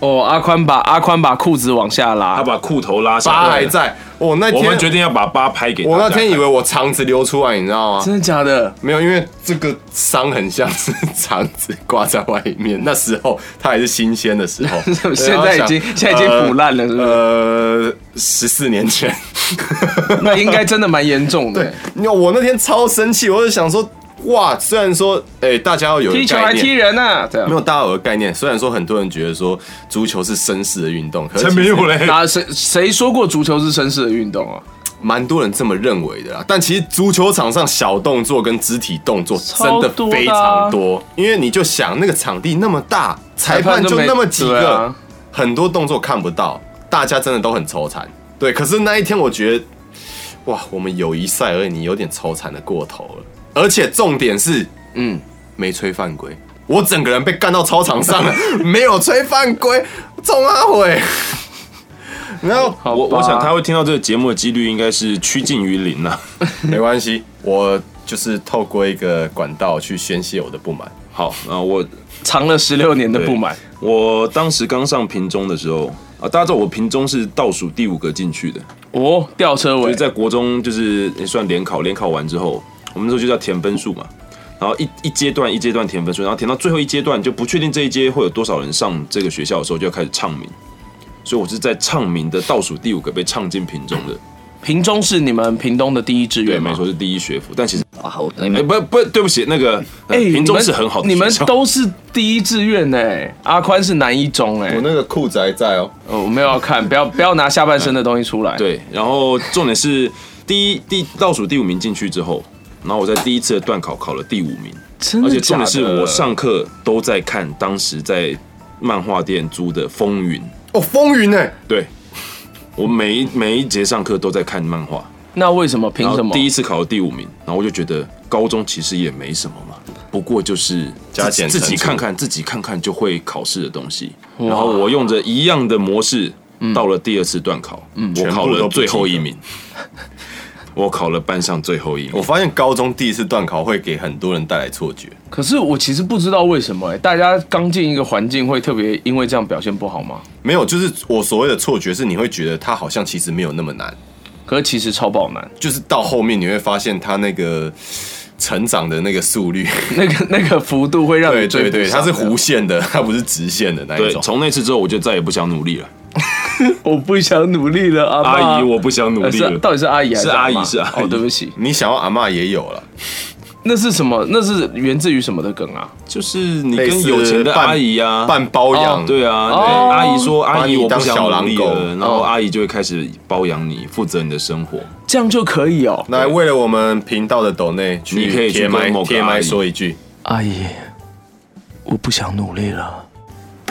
[SPEAKER 4] 哦，阿宽把阿宽把裤子往下
[SPEAKER 5] 他
[SPEAKER 4] 拉，
[SPEAKER 5] 把裤头拉下
[SPEAKER 6] 疤
[SPEAKER 5] 来
[SPEAKER 6] 还。在。我哦那
[SPEAKER 5] 我
[SPEAKER 6] 天
[SPEAKER 5] 们决定要把疤拍给
[SPEAKER 6] 我
[SPEAKER 5] 大
[SPEAKER 6] 那
[SPEAKER 5] 家
[SPEAKER 6] 天以
[SPEAKER 5] 看
[SPEAKER 6] 为我肠子流出来，你知道吗？
[SPEAKER 4] 真的假的？，
[SPEAKER 6] 没有，因为这个伤很像是肠子挂在外面。那时候它还是新鲜的时候
[SPEAKER 4] 现在已经现在已经腐烂了是不是
[SPEAKER 6] 呃，十四年前。
[SPEAKER 4] 那应该真的蛮严重的
[SPEAKER 6] 对。，那我那天超生气，我就想说，哇，虽然说，哎、大家要有
[SPEAKER 4] 踢
[SPEAKER 6] 一个
[SPEAKER 4] 球还
[SPEAKER 6] 概
[SPEAKER 4] 踢
[SPEAKER 6] 念。
[SPEAKER 4] 人呐、啊，这
[SPEAKER 6] 没
[SPEAKER 4] 样
[SPEAKER 6] 有大家有个概念，虽然说很多人觉得说足球是绅士的运动，可
[SPEAKER 5] 才
[SPEAKER 6] 是
[SPEAKER 5] 没有嘞，
[SPEAKER 4] 哪谁谁说过足球是绅士的运动啊？
[SPEAKER 6] 蛮多人这么认为的啦。但其实足球场上小动作跟肢体动作真
[SPEAKER 4] 超多的啊
[SPEAKER 6] 非常多，因为你就想那个场地那么大，裁
[SPEAKER 4] 判
[SPEAKER 6] 判
[SPEAKER 4] 就
[SPEAKER 6] 就
[SPEAKER 4] 没
[SPEAKER 6] 那么几
[SPEAKER 4] 对
[SPEAKER 6] 个，
[SPEAKER 4] 啊
[SPEAKER 6] 很多动作看不到，大家真的都很愁残。对，可是那一天我觉得，哇，我们友谊赛而已，你有点愁残的过头了，而且重点是，
[SPEAKER 4] 嗯，
[SPEAKER 6] 没吹犯规，我整个人被干到操场 上了，没有吹犯规，中阿伟。然后
[SPEAKER 4] 好
[SPEAKER 5] 我
[SPEAKER 4] 吧
[SPEAKER 5] 我想他会听到这个节目的几率应该是趋近于零啊 了、
[SPEAKER 6] 没关系，我就是透过一个管道去宣泄我的不满。
[SPEAKER 5] 好，那我
[SPEAKER 4] 藏了十六年的不满，
[SPEAKER 5] 我当时刚上屏中的时候啊，大家知道我屏中是倒数第五个进去的，
[SPEAKER 4] 哦，吊车
[SPEAKER 5] 所以
[SPEAKER 4] 尾，
[SPEAKER 5] 在国中就是也算联考，联考完之后，我们那时候就叫填分数嘛，然后一一阶段一阶段填分数，然后填到最后一阶段就不确定这一阶会有多少人上这个学校的时候，就要开始唱名。所以我是在唱名的倒数第五个被唱进屏中的，
[SPEAKER 4] 屏中是你们屏东的第一志
[SPEAKER 5] 对，
[SPEAKER 4] 愿吗
[SPEAKER 5] 没？错是第一学府，但其实
[SPEAKER 7] 哇，我你
[SPEAKER 5] 哎、
[SPEAKER 7] 们
[SPEAKER 5] 不不，对不起，那个
[SPEAKER 4] 嗯
[SPEAKER 5] 呃
[SPEAKER 4] 哎、
[SPEAKER 5] 屏
[SPEAKER 4] 你
[SPEAKER 5] 中
[SPEAKER 4] 们
[SPEAKER 5] 是很好的
[SPEAKER 4] 你们
[SPEAKER 5] 学校
[SPEAKER 4] 都是第一志愿哎、阿宽是南一中哎、
[SPEAKER 6] 我那个裤子还在哦，
[SPEAKER 4] 哦，我没有要看，不要不要拿下半身的东西出来。，
[SPEAKER 5] 对，然后重点是第一第倒数第五名进去之后，然后我在第一次的段考考了第五名，
[SPEAKER 4] 真的
[SPEAKER 5] 而且
[SPEAKER 4] 假
[SPEAKER 5] 重
[SPEAKER 4] 的
[SPEAKER 5] 点是我上课都在看当时在漫画店租的《风云》，
[SPEAKER 6] 哦，风云哎，
[SPEAKER 5] 对我每一每一节上课都在看漫画，
[SPEAKER 4] 那为什么凭
[SPEAKER 5] 然
[SPEAKER 4] 什
[SPEAKER 5] 后
[SPEAKER 4] 么？
[SPEAKER 5] 第一次考了第五名，然后我就觉得高中其实也没什么嘛，不过就是
[SPEAKER 6] 加
[SPEAKER 5] 自己
[SPEAKER 6] 减
[SPEAKER 5] 自
[SPEAKER 6] 乘
[SPEAKER 5] 己
[SPEAKER 6] 除
[SPEAKER 5] 看看自己看看就会考试的东西，然后我用着一样的模式
[SPEAKER 4] 嗯
[SPEAKER 5] 到了第二次段考，我考
[SPEAKER 6] 全部都
[SPEAKER 5] 了
[SPEAKER 6] 不及格
[SPEAKER 5] 最后一名，我考了班上最后一
[SPEAKER 6] 我
[SPEAKER 5] 名，
[SPEAKER 6] 发现高中第一次段考会给很多人带来错觉，
[SPEAKER 4] 可是我其实不知道为什么哎、大家刚进一个环境会特别因为这样表现不好吗？
[SPEAKER 6] 没有，就是我所谓的错觉是你会觉得它好像其实没有那么难，
[SPEAKER 4] 可是其实超爆难，
[SPEAKER 6] 就是到后面你会发现它那个成长的那个速 率，
[SPEAKER 4] 那个那个幅度会让你
[SPEAKER 6] 对
[SPEAKER 4] 追
[SPEAKER 6] 对
[SPEAKER 4] 不
[SPEAKER 6] 对，
[SPEAKER 4] 上
[SPEAKER 6] 它是
[SPEAKER 4] 这样
[SPEAKER 6] 弧线的，它不是直线的那
[SPEAKER 5] 对
[SPEAKER 6] 一，种。
[SPEAKER 5] 从那次之后我就再也不想努力了，
[SPEAKER 4] 我不想努力了，阿嬷
[SPEAKER 5] 阿姨我不想努
[SPEAKER 4] 呃
[SPEAKER 5] 力
[SPEAKER 4] 是
[SPEAKER 5] 了，
[SPEAKER 4] 到底是阿姨还
[SPEAKER 5] 是阿姨
[SPEAKER 4] 嬷
[SPEAKER 5] 是阿姨
[SPEAKER 4] 哦，对不起，
[SPEAKER 6] 你想要阿嬷也有了，
[SPEAKER 4] 那是什么？那是源自于什么的梗啊？
[SPEAKER 5] 就是你
[SPEAKER 6] 类
[SPEAKER 5] 跟
[SPEAKER 6] 似
[SPEAKER 5] 有钱的
[SPEAKER 6] 半
[SPEAKER 5] 阿姨啊，
[SPEAKER 6] 半包养，
[SPEAKER 5] 对啊，对
[SPEAKER 4] 哦
[SPEAKER 5] 阿姨说
[SPEAKER 6] 把
[SPEAKER 5] 阿姨
[SPEAKER 6] 你
[SPEAKER 5] 我不
[SPEAKER 6] 当
[SPEAKER 5] 想
[SPEAKER 6] 小
[SPEAKER 5] 努
[SPEAKER 6] 狼
[SPEAKER 5] 力
[SPEAKER 6] 狗
[SPEAKER 5] 了，然后
[SPEAKER 4] 哦
[SPEAKER 5] 阿姨就会开始包养你，负责你的生活。
[SPEAKER 4] 这样就可以哦，
[SPEAKER 6] 来，为了我们频道的抖内，去
[SPEAKER 5] 你可以去
[SPEAKER 6] 贴麦
[SPEAKER 5] 跟某个
[SPEAKER 6] 贴
[SPEAKER 5] 阿
[SPEAKER 6] 麦
[SPEAKER 5] 姨
[SPEAKER 6] 说一句，
[SPEAKER 4] 阿姨，我不想努力了。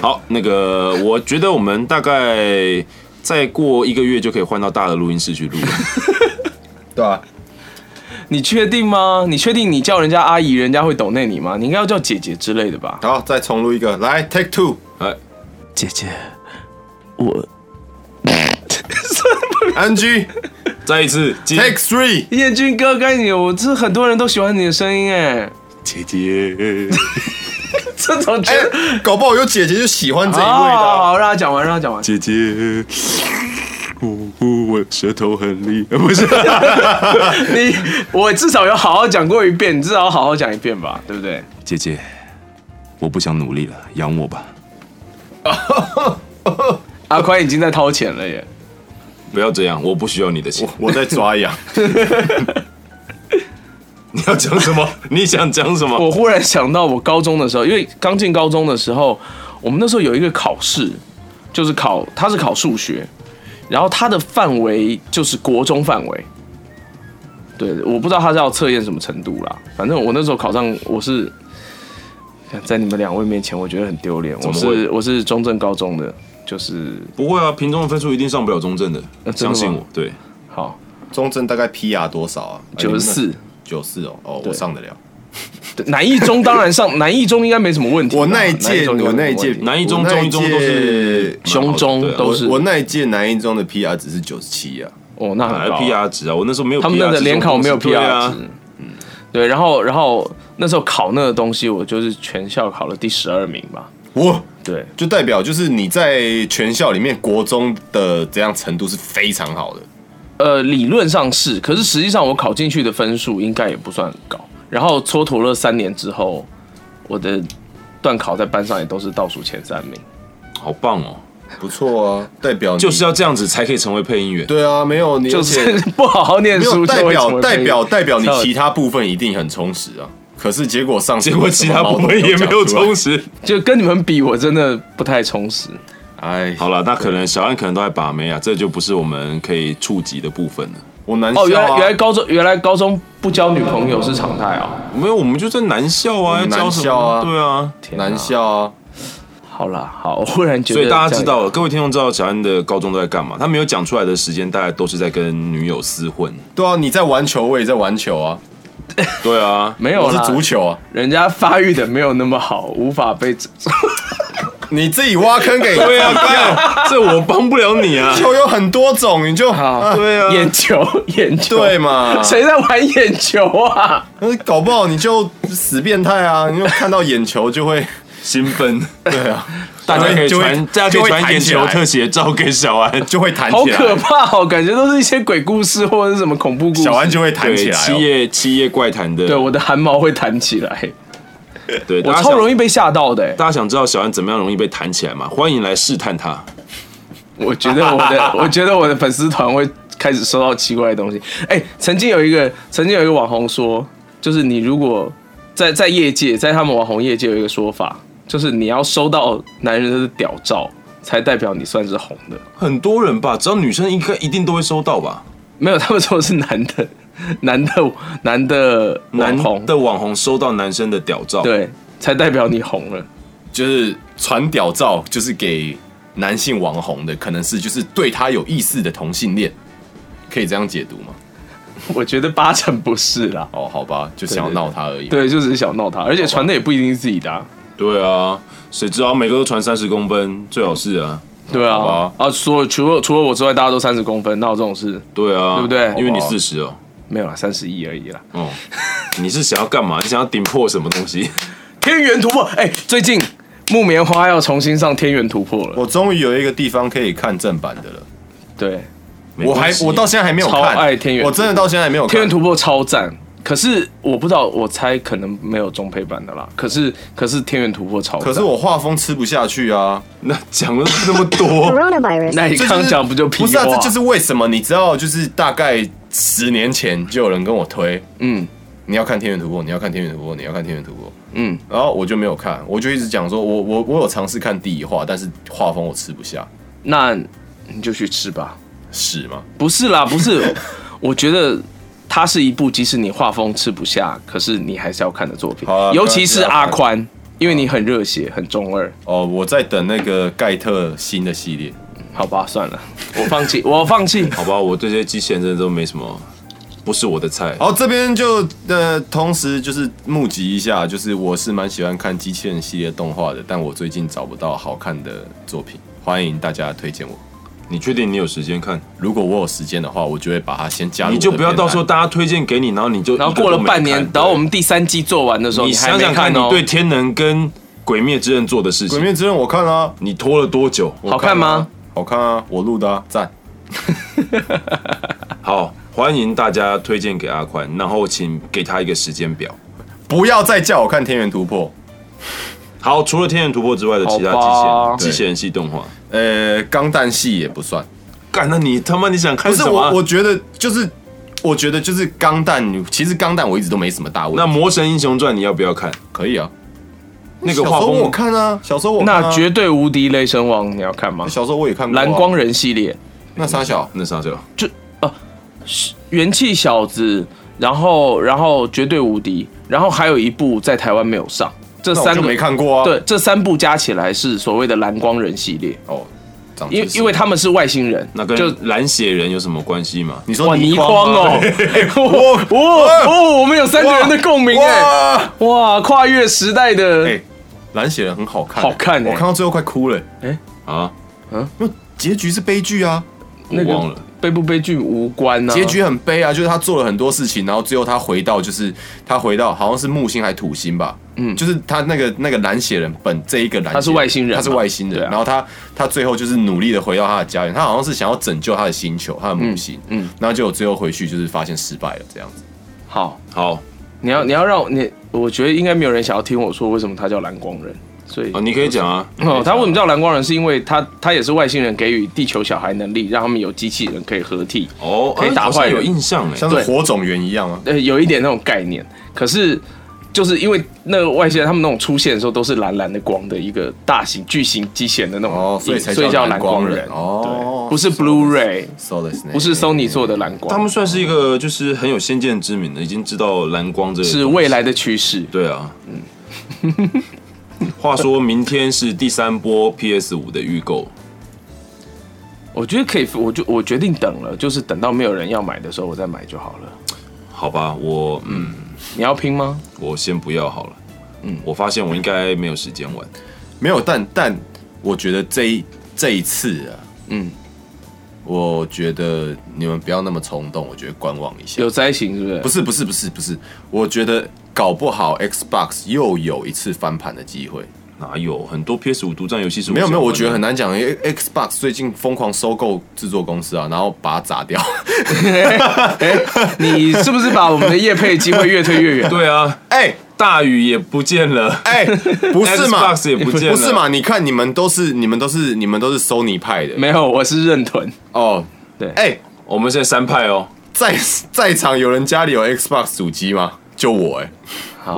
[SPEAKER 5] 好，那个我觉得我们大概再过一个月就可以换到大的录音室去录了。
[SPEAKER 6] 对啊，
[SPEAKER 4] 你确定吗？你确定你叫人家阿姨，人家会懂内你吗？你应该要叫姐姐之类的吧？
[SPEAKER 6] 好，再重录一个，来 take two，
[SPEAKER 5] 哎，
[SPEAKER 4] 姐姐，我
[SPEAKER 6] NG
[SPEAKER 5] 再一次，今
[SPEAKER 6] take three，
[SPEAKER 4] 彦君哥，该你，我这很多人都喜欢你的声音哎。
[SPEAKER 5] 姐姐，
[SPEAKER 4] 这种觉
[SPEAKER 6] 哎
[SPEAKER 4] 得，
[SPEAKER 6] 搞不好有姐姐就喜欢哎这一味
[SPEAKER 4] 好好
[SPEAKER 6] 道。
[SPEAKER 4] 好，让他讲完，让他讲完。
[SPEAKER 5] 姐姐，呜呜，我舌头很利，呃不是，
[SPEAKER 4] 你我至少有好好讲过一遍，你至少要好好讲一遍吧，对不对？
[SPEAKER 5] 姐姐，我不想努力了，养我吧，
[SPEAKER 4] 阿宽已经在掏钱了耶。
[SPEAKER 5] 不要这样，我不需要你的钱。
[SPEAKER 6] 我在 抓痒，
[SPEAKER 5] 你要讲什么？你想讲什么？
[SPEAKER 4] 我忽然想到，我高中的时候，因为刚进高中的时候，我们那时候有一个考试，就是考他是考数学，然后它的范围就是国中范围。对，我不知道他是要测验什么程度啦。反正我那时候考上，我是在你们两位面前，我觉得很丢脸。我
[SPEAKER 5] 么会
[SPEAKER 4] 是我是中正高中的，就是
[SPEAKER 5] 不会啊，平中的分数一定上不了中正的，
[SPEAKER 4] 呃真的
[SPEAKER 5] 相
[SPEAKER 4] 吗
[SPEAKER 5] 信我。对，
[SPEAKER 4] 好
[SPEAKER 6] 中正大概 PR 多少啊？
[SPEAKER 4] 九十四。
[SPEAKER 6] 九四哦，哦，
[SPEAKER 4] 对
[SPEAKER 6] 我上得了。
[SPEAKER 4] 对南一中当然上南一中应该没什么问题吧。
[SPEAKER 6] 我那一
[SPEAKER 4] 南
[SPEAKER 6] 届，
[SPEAKER 4] 中应该没
[SPEAKER 6] 我那
[SPEAKER 4] 什
[SPEAKER 6] 一
[SPEAKER 4] 么
[SPEAKER 6] 届
[SPEAKER 4] 问，题
[SPEAKER 5] 南一中
[SPEAKER 6] 我那
[SPEAKER 5] 中一中都是
[SPEAKER 6] 届
[SPEAKER 4] 雄中
[SPEAKER 5] 蛮好的对啊
[SPEAKER 4] 都是
[SPEAKER 6] 我我那一届南一中的 PR 只是九十七啊，
[SPEAKER 4] 哦，那
[SPEAKER 5] 哪
[SPEAKER 4] 很
[SPEAKER 5] 来
[SPEAKER 4] 高啊
[SPEAKER 5] PR 值啊？我那时候没有 PR 值，
[SPEAKER 4] 他们那个联考没有
[SPEAKER 5] 这种
[SPEAKER 4] PR 值，
[SPEAKER 5] 东西对啊
[SPEAKER 4] 对，然后然后那时候考那个东西，我就是全校考了第十二名吧，
[SPEAKER 6] 我
[SPEAKER 4] 对，
[SPEAKER 6] 就代表就是你在全校里面国中的这样程度是非常好的。
[SPEAKER 4] 呃，理论上是，可是实际上我考进去的分数应该也不算很高，然后蹉跎了三年之后，我的段考在班上也都是倒数前三名，
[SPEAKER 5] 好棒哦！
[SPEAKER 6] 不错啊，代表你
[SPEAKER 5] 就是要这样子才可以成为配音员。
[SPEAKER 6] 对啊，没有你
[SPEAKER 4] 就
[SPEAKER 6] 而且
[SPEAKER 4] 是 不好好念
[SPEAKER 6] 没
[SPEAKER 4] 书
[SPEAKER 6] 有
[SPEAKER 4] 就
[SPEAKER 6] 代
[SPEAKER 4] 会成
[SPEAKER 6] 表
[SPEAKER 4] 为
[SPEAKER 6] 代
[SPEAKER 4] 被
[SPEAKER 6] 表代表你
[SPEAKER 4] 上了
[SPEAKER 6] 其他部分一定很充实啊，可是结果上
[SPEAKER 5] 结果其他部分也没有充。 实。
[SPEAKER 4] 就跟你们比，我真的不太充实。
[SPEAKER 6] 哎，
[SPEAKER 5] 好了，那可能小安可能都在把妹啊，这就不是我们可以触及的部分了。
[SPEAKER 6] 我难
[SPEAKER 4] 哦，原来
[SPEAKER 6] 笑啊
[SPEAKER 4] 原来高中原来高中不交女朋友是常态哦。
[SPEAKER 5] 没有，我们就在男校啊，要
[SPEAKER 6] 嗯
[SPEAKER 5] 教什
[SPEAKER 6] 男校
[SPEAKER 5] 么？
[SPEAKER 6] 啊
[SPEAKER 5] 对啊，
[SPEAKER 4] 天哪
[SPEAKER 6] 难笑啊，
[SPEAKER 4] 好啦，好，我忽然觉得
[SPEAKER 5] 所以大家知
[SPEAKER 4] 这样
[SPEAKER 5] 道了，各位听众知道小安的高中都在干嘛？他没有讲出来的时间，大概都是在跟女友厮混。
[SPEAKER 6] 对啊，你在玩球，我也在玩球 啊，
[SPEAKER 5] 对啊，
[SPEAKER 4] 没有
[SPEAKER 6] 我是
[SPEAKER 4] 啦，
[SPEAKER 6] 足球啊，
[SPEAKER 4] 人家发育的没有那么好，无法被。
[SPEAKER 6] 你自己挖坑 给。
[SPEAKER 5] 对啊，干这我帮不了你 啊
[SPEAKER 6] 球有很多种，你就
[SPEAKER 4] 啊
[SPEAKER 5] 对啊，
[SPEAKER 4] 眼球， 眼球，
[SPEAKER 6] 对？嘛，
[SPEAKER 4] 谁在玩眼球啊？
[SPEAKER 6] 嗯搞不好你就死变态啊，你就看到眼球就会
[SPEAKER 5] 兴奋，
[SPEAKER 6] 对啊，
[SPEAKER 5] 大家可以
[SPEAKER 6] 就会
[SPEAKER 5] 传，大家可以传眼球特，写照给小安。
[SPEAKER 6] 就会 弹
[SPEAKER 4] 好
[SPEAKER 6] 起来，就
[SPEAKER 4] 可
[SPEAKER 6] 会弹起来，
[SPEAKER 4] 怕哦，感觉都是一些鬼故事或者是什么恐怖故事。
[SPEAKER 6] 小安就会弹
[SPEAKER 5] 对，
[SPEAKER 6] 起来
[SPEAKER 5] 七
[SPEAKER 6] 哦。
[SPEAKER 5] 夜七夜怪谈的，
[SPEAKER 4] 对我的汗毛会弹起来，
[SPEAKER 5] 对，
[SPEAKER 4] 我
[SPEAKER 5] 大家
[SPEAKER 4] 超
[SPEAKER 5] 想
[SPEAKER 4] 容易被吓到的欸。
[SPEAKER 5] 大家想知道小安怎么样容易被弹起来吗？欢迎来试探他。
[SPEAKER 4] 我觉得我的， 我觉得我的粉丝团会开始收到奇怪的东西。哎、曾经有一个，曾经有一个网红说，就是你如果在在业界，在他们网红业界有一个说法，就是你要收到男人的屌照，才代表你算是红的。
[SPEAKER 5] 很多人吧，只要女生应该一定都会收到吧。
[SPEAKER 4] 没有，他们说的是男的， 男的，男的
[SPEAKER 5] 男
[SPEAKER 4] 网红，
[SPEAKER 5] 的网红收到男生的屌照，，
[SPEAKER 4] 对，才代表你红了。
[SPEAKER 6] 就是传屌照，就是给男性网红的，可能是就是对他有意思的同性恋，可以这样解读吗？
[SPEAKER 4] 我觉得八成不是啦，
[SPEAKER 6] 哦，好吧，就想要闹他而已。
[SPEAKER 4] 对，就只是想闹他，而且传的也不一定是自己的、啊。
[SPEAKER 5] 对啊，谁知道每个都传三十公分，最好是啊，
[SPEAKER 4] 对啊
[SPEAKER 6] 吧，
[SPEAKER 4] 啊，除了除了除了我之外，大家都三十公分，哪有这种事？
[SPEAKER 5] 对啊，
[SPEAKER 4] 对不对
[SPEAKER 5] 因为
[SPEAKER 6] 好
[SPEAKER 5] 你
[SPEAKER 6] 吧
[SPEAKER 5] 四十哦，
[SPEAKER 4] 没有啦，三十一而已啦。
[SPEAKER 5] 哦，你是想要干嘛？你想要顶破什么东西？
[SPEAKER 4] 天元突破，哎、最近木棉花要重新上天元突破了。
[SPEAKER 6] 我终于有一个地方可以看正版的了，
[SPEAKER 4] 对，
[SPEAKER 6] 我还我到现在还没有看，
[SPEAKER 4] 超爱天元
[SPEAKER 6] 我真的到现在还没有看
[SPEAKER 4] 天元突破超赞。可是我不知道，我猜可能没有中配版的啦。可是可是天元突破超赞。
[SPEAKER 6] 可是我画风吃不下去啊！
[SPEAKER 5] 那讲了那么多，
[SPEAKER 8] Coronavirus.
[SPEAKER 4] 那你刚
[SPEAKER 6] 这就
[SPEAKER 4] 刚
[SPEAKER 6] 是
[SPEAKER 4] 讲不就屁
[SPEAKER 6] 不是
[SPEAKER 4] 话？
[SPEAKER 6] 啊？这就是为什么你知道，就是大概十年前就有人跟我推，
[SPEAKER 4] 嗯
[SPEAKER 6] 你要看《天元突破》，你要看《天元突破》，你要看《天元突破》，
[SPEAKER 4] 嗯，
[SPEAKER 6] 然后我就没有看，我就一直讲说我我我有尝试看第一话，但是画风我吃不下，
[SPEAKER 4] 那你就去吃吧。
[SPEAKER 6] 屎吗？
[SPEAKER 4] 不是 啦，不是，我觉得它是一部即使你画风吃不下，可是你还是要看的作品
[SPEAKER 6] 好啊，
[SPEAKER 4] 尤其是
[SPEAKER 6] 没关系啊
[SPEAKER 4] 阿宽，因为你很热血，很中二。
[SPEAKER 6] 哦，我在等那个盖特新的系列，
[SPEAKER 4] 好吧，算了，我放弃， 我放弃。
[SPEAKER 5] 好吧，我对这些机器人真的都没什么，不是我的菜。
[SPEAKER 6] 好，这边就呃，同时就是募集一下，就是我是蛮喜欢看机器人系列动画的，但我最近找不到好看的作品，欢迎大家推荐我。
[SPEAKER 5] 你确定你有时间看？
[SPEAKER 6] 如果我有时间的话，我就会把它先加入。
[SPEAKER 5] 你就不要到时候，大家推荐给你，然后你就
[SPEAKER 4] 然后
[SPEAKER 5] 一个都
[SPEAKER 4] 过了
[SPEAKER 5] 没
[SPEAKER 4] 半年
[SPEAKER 5] 看，
[SPEAKER 4] 然后我们第三季做完的时候，
[SPEAKER 5] 你
[SPEAKER 4] 还
[SPEAKER 5] 想
[SPEAKER 4] 没
[SPEAKER 5] 想看，
[SPEAKER 4] 哦
[SPEAKER 5] 你对《天能》跟《鬼灭之刃》做的事
[SPEAKER 6] 《鬼
[SPEAKER 5] 情，
[SPEAKER 6] 灭之刃》我看了、啊，
[SPEAKER 5] 你拖了多久？
[SPEAKER 6] 我
[SPEAKER 4] 好看
[SPEAKER 6] 了啊
[SPEAKER 4] 吗？
[SPEAKER 6] 好看啊，我录的啊，赞。
[SPEAKER 5] 好，欢迎大家推荐给阿宽，然后请给他一个时间表。
[SPEAKER 6] 不要再叫我看《天元突破》。
[SPEAKER 5] 好，除了《天元突破》之外的其他
[SPEAKER 4] 好吧
[SPEAKER 5] 机器人、机器人系动画，
[SPEAKER 6] 呃，钢弹系也不算，
[SPEAKER 5] 干，那你他妈你想看
[SPEAKER 6] 不是
[SPEAKER 5] 什么
[SPEAKER 6] 我，
[SPEAKER 5] 啊？
[SPEAKER 6] 我觉得就是，我觉得就是钢弹，其实钢弹我一直都没什么大问题。
[SPEAKER 5] 那《魔神英雄传》你要不要看？
[SPEAKER 6] 可以啊，
[SPEAKER 5] 那个
[SPEAKER 6] 小
[SPEAKER 5] 画
[SPEAKER 6] 时候我
[SPEAKER 5] 风，
[SPEAKER 6] 看啊，小时候我看啊
[SPEAKER 4] 那绝对无敌雷神王，你要看吗？
[SPEAKER 6] 小时候我也看过啊
[SPEAKER 4] 蓝光人系列，呃
[SPEAKER 6] 那傻小
[SPEAKER 5] 那啥叫？
[SPEAKER 4] 元气小子，然后然后绝对无敌，然后还有一部在台湾没有上，这
[SPEAKER 6] 那我
[SPEAKER 4] 三
[SPEAKER 6] 就
[SPEAKER 4] 个
[SPEAKER 6] 没看
[SPEAKER 5] 哦
[SPEAKER 6] 过啊。
[SPEAKER 4] 对，这三部加起来是所谓的蓝光人系列，
[SPEAKER 6] 哦，长知
[SPEAKER 4] 因
[SPEAKER 6] 识
[SPEAKER 4] 因为他们是外星人，
[SPEAKER 5] 那跟
[SPEAKER 4] 就
[SPEAKER 5] 蓝血人有什么关系吗？
[SPEAKER 6] 你说
[SPEAKER 4] 哇泥
[SPEAKER 6] 筐
[SPEAKER 4] 筐
[SPEAKER 6] 吗
[SPEAKER 4] 哦， 哇哇哦，我们有三个人的共鸣哎，
[SPEAKER 6] 哇，
[SPEAKER 4] 哇，跨越时代的
[SPEAKER 6] 哎，蓝血人很好看，
[SPEAKER 4] 好看欸
[SPEAKER 6] 我看到最后快哭了，
[SPEAKER 5] 啊，
[SPEAKER 6] 因为结局是悲剧啊，
[SPEAKER 5] 我
[SPEAKER 4] 那个
[SPEAKER 5] 忘了。
[SPEAKER 4] 悲不悲剧无关啊，
[SPEAKER 6] 结局很悲啊，就是他做了很多事情，然后最后他回到就是他回到好像是木星还土星吧，嗯，就是他那个那个蓝血人本这一个蓝血，
[SPEAKER 4] 他是外星人嘛
[SPEAKER 6] 他是外星人，
[SPEAKER 4] 对啊
[SPEAKER 6] 然后他他最后就是努力的回到他的家园，他好像是想要拯救他的星球，他的母星，嗯，然后结果最后回去就是发现失败了这样子，
[SPEAKER 4] 好，
[SPEAKER 5] 好
[SPEAKER 4] 你要你要让我你，我觉得应该没有人想要听我说为什么他叫蓝光人，所以
[SPEAKER 5] 啊，你可以讲啊。
[SPEAKER 6] 嗯
[SPEAKER 4] 哦，他为什么叫蓝光人？是因为他他也是外星人给予地球小孩能力，让他们有机器人可以合体，
[SPEAKER 5] 哦，
[SPEAKER 4] 可以
[SPEAKER 5] 哎
[SPEAKER 4] 打
[SPEAKER 5] 好像
[SPEAKER 4] 坏人
[SPEAKER 5] 有印象哎。
[SPEAKER 6] 像是火种源一样啊，
[SPEAKER 4] 呃，有一点那种概念。可是就是因为那个外星人他们那种出现的时候都是蓝蓝的光的一个大型巨型机器人的那种影，
[SPEAKER 6] 哦，所以才
[SPEAKER 4] 所以
[SPEAKER 6] 叫
[SPEAKER 4] 蓝
[SPEAKER 6] 光
[SPEAKER 4] 人，
[SPEAKER 6] 哦，
[SPEAKER 4] 不是 Blu-ray，
[SPEAKER 6] so this name
[SPEAKER 4] 不是 Sony 做的蓝光，
[SPEAKER 5] 他们算是一个就是很有先见之明的，已经知道蓝光这个
[SPEAKER 4] 是
[SPEAKER 5] 东西
[SPEAKER 4] 未来的趋势。
[SPEAKER 5] 对啊，嗯。话说明天是第三波 PS 五的预购，
[SPEAKER 4] 我觉得可以，我就我决定等了，就是等到没有人要买的时候我再买就好了。
[SPEAKER 5] 好吧，我嗯，
[SPEAKER 4] 你要拼吗？
[SPEAKER 5] 我先不要好了。嗯，我发现我应该没有时间玩。
[SPEAKER 6] 没有，但但我觉得这一这一次啊，
[SPEAKER 4] 嗯，
[SPEAKER 6] 我觉得你们不要那么冲动，我觉得观望一下
[SPEAKER 4] 有。灾情是不 是？
[SPEAKER 6] 不是不是不是不是，我觉得搞不好 Xbox 又有一次翻盘的机会。
[SPEAKER 5] 哪有很多 PS 五独占游戏是
[SPEAKER 6] 没有没有，我觉得很
[SPEAKER 5] 难。
[SPEAKER 6] 难讲，因为 Xbox 最近疯狂收购制作公司啊，然后把它砸掉。
[SPEAKER 4] 哎，你是不是把我们的业配机会越推越远？
[SPEAKER 5] 对啊，
[SPEAKER 6] 哎
[SPEAKER 5] 大宇也不见了，
[SPEAKER 6] 哎，不是嘛
[SPEAKER 5] Xbox 也不见了
[SPEAKER 6] 不是嘛？你看你们都是你们都是你们都是 Sony 派的
[SPEAKER 4] 没有，我是认屯。
[SPEAKER 6] 哦。
[SPEAKER 4] 对
[SPEAKER 6] 哎，
[SPEAKER 5] 我们现在三派哦，
[SPEAKER 6] 在在场有人家里有 Xbox 主机吗？就我哎、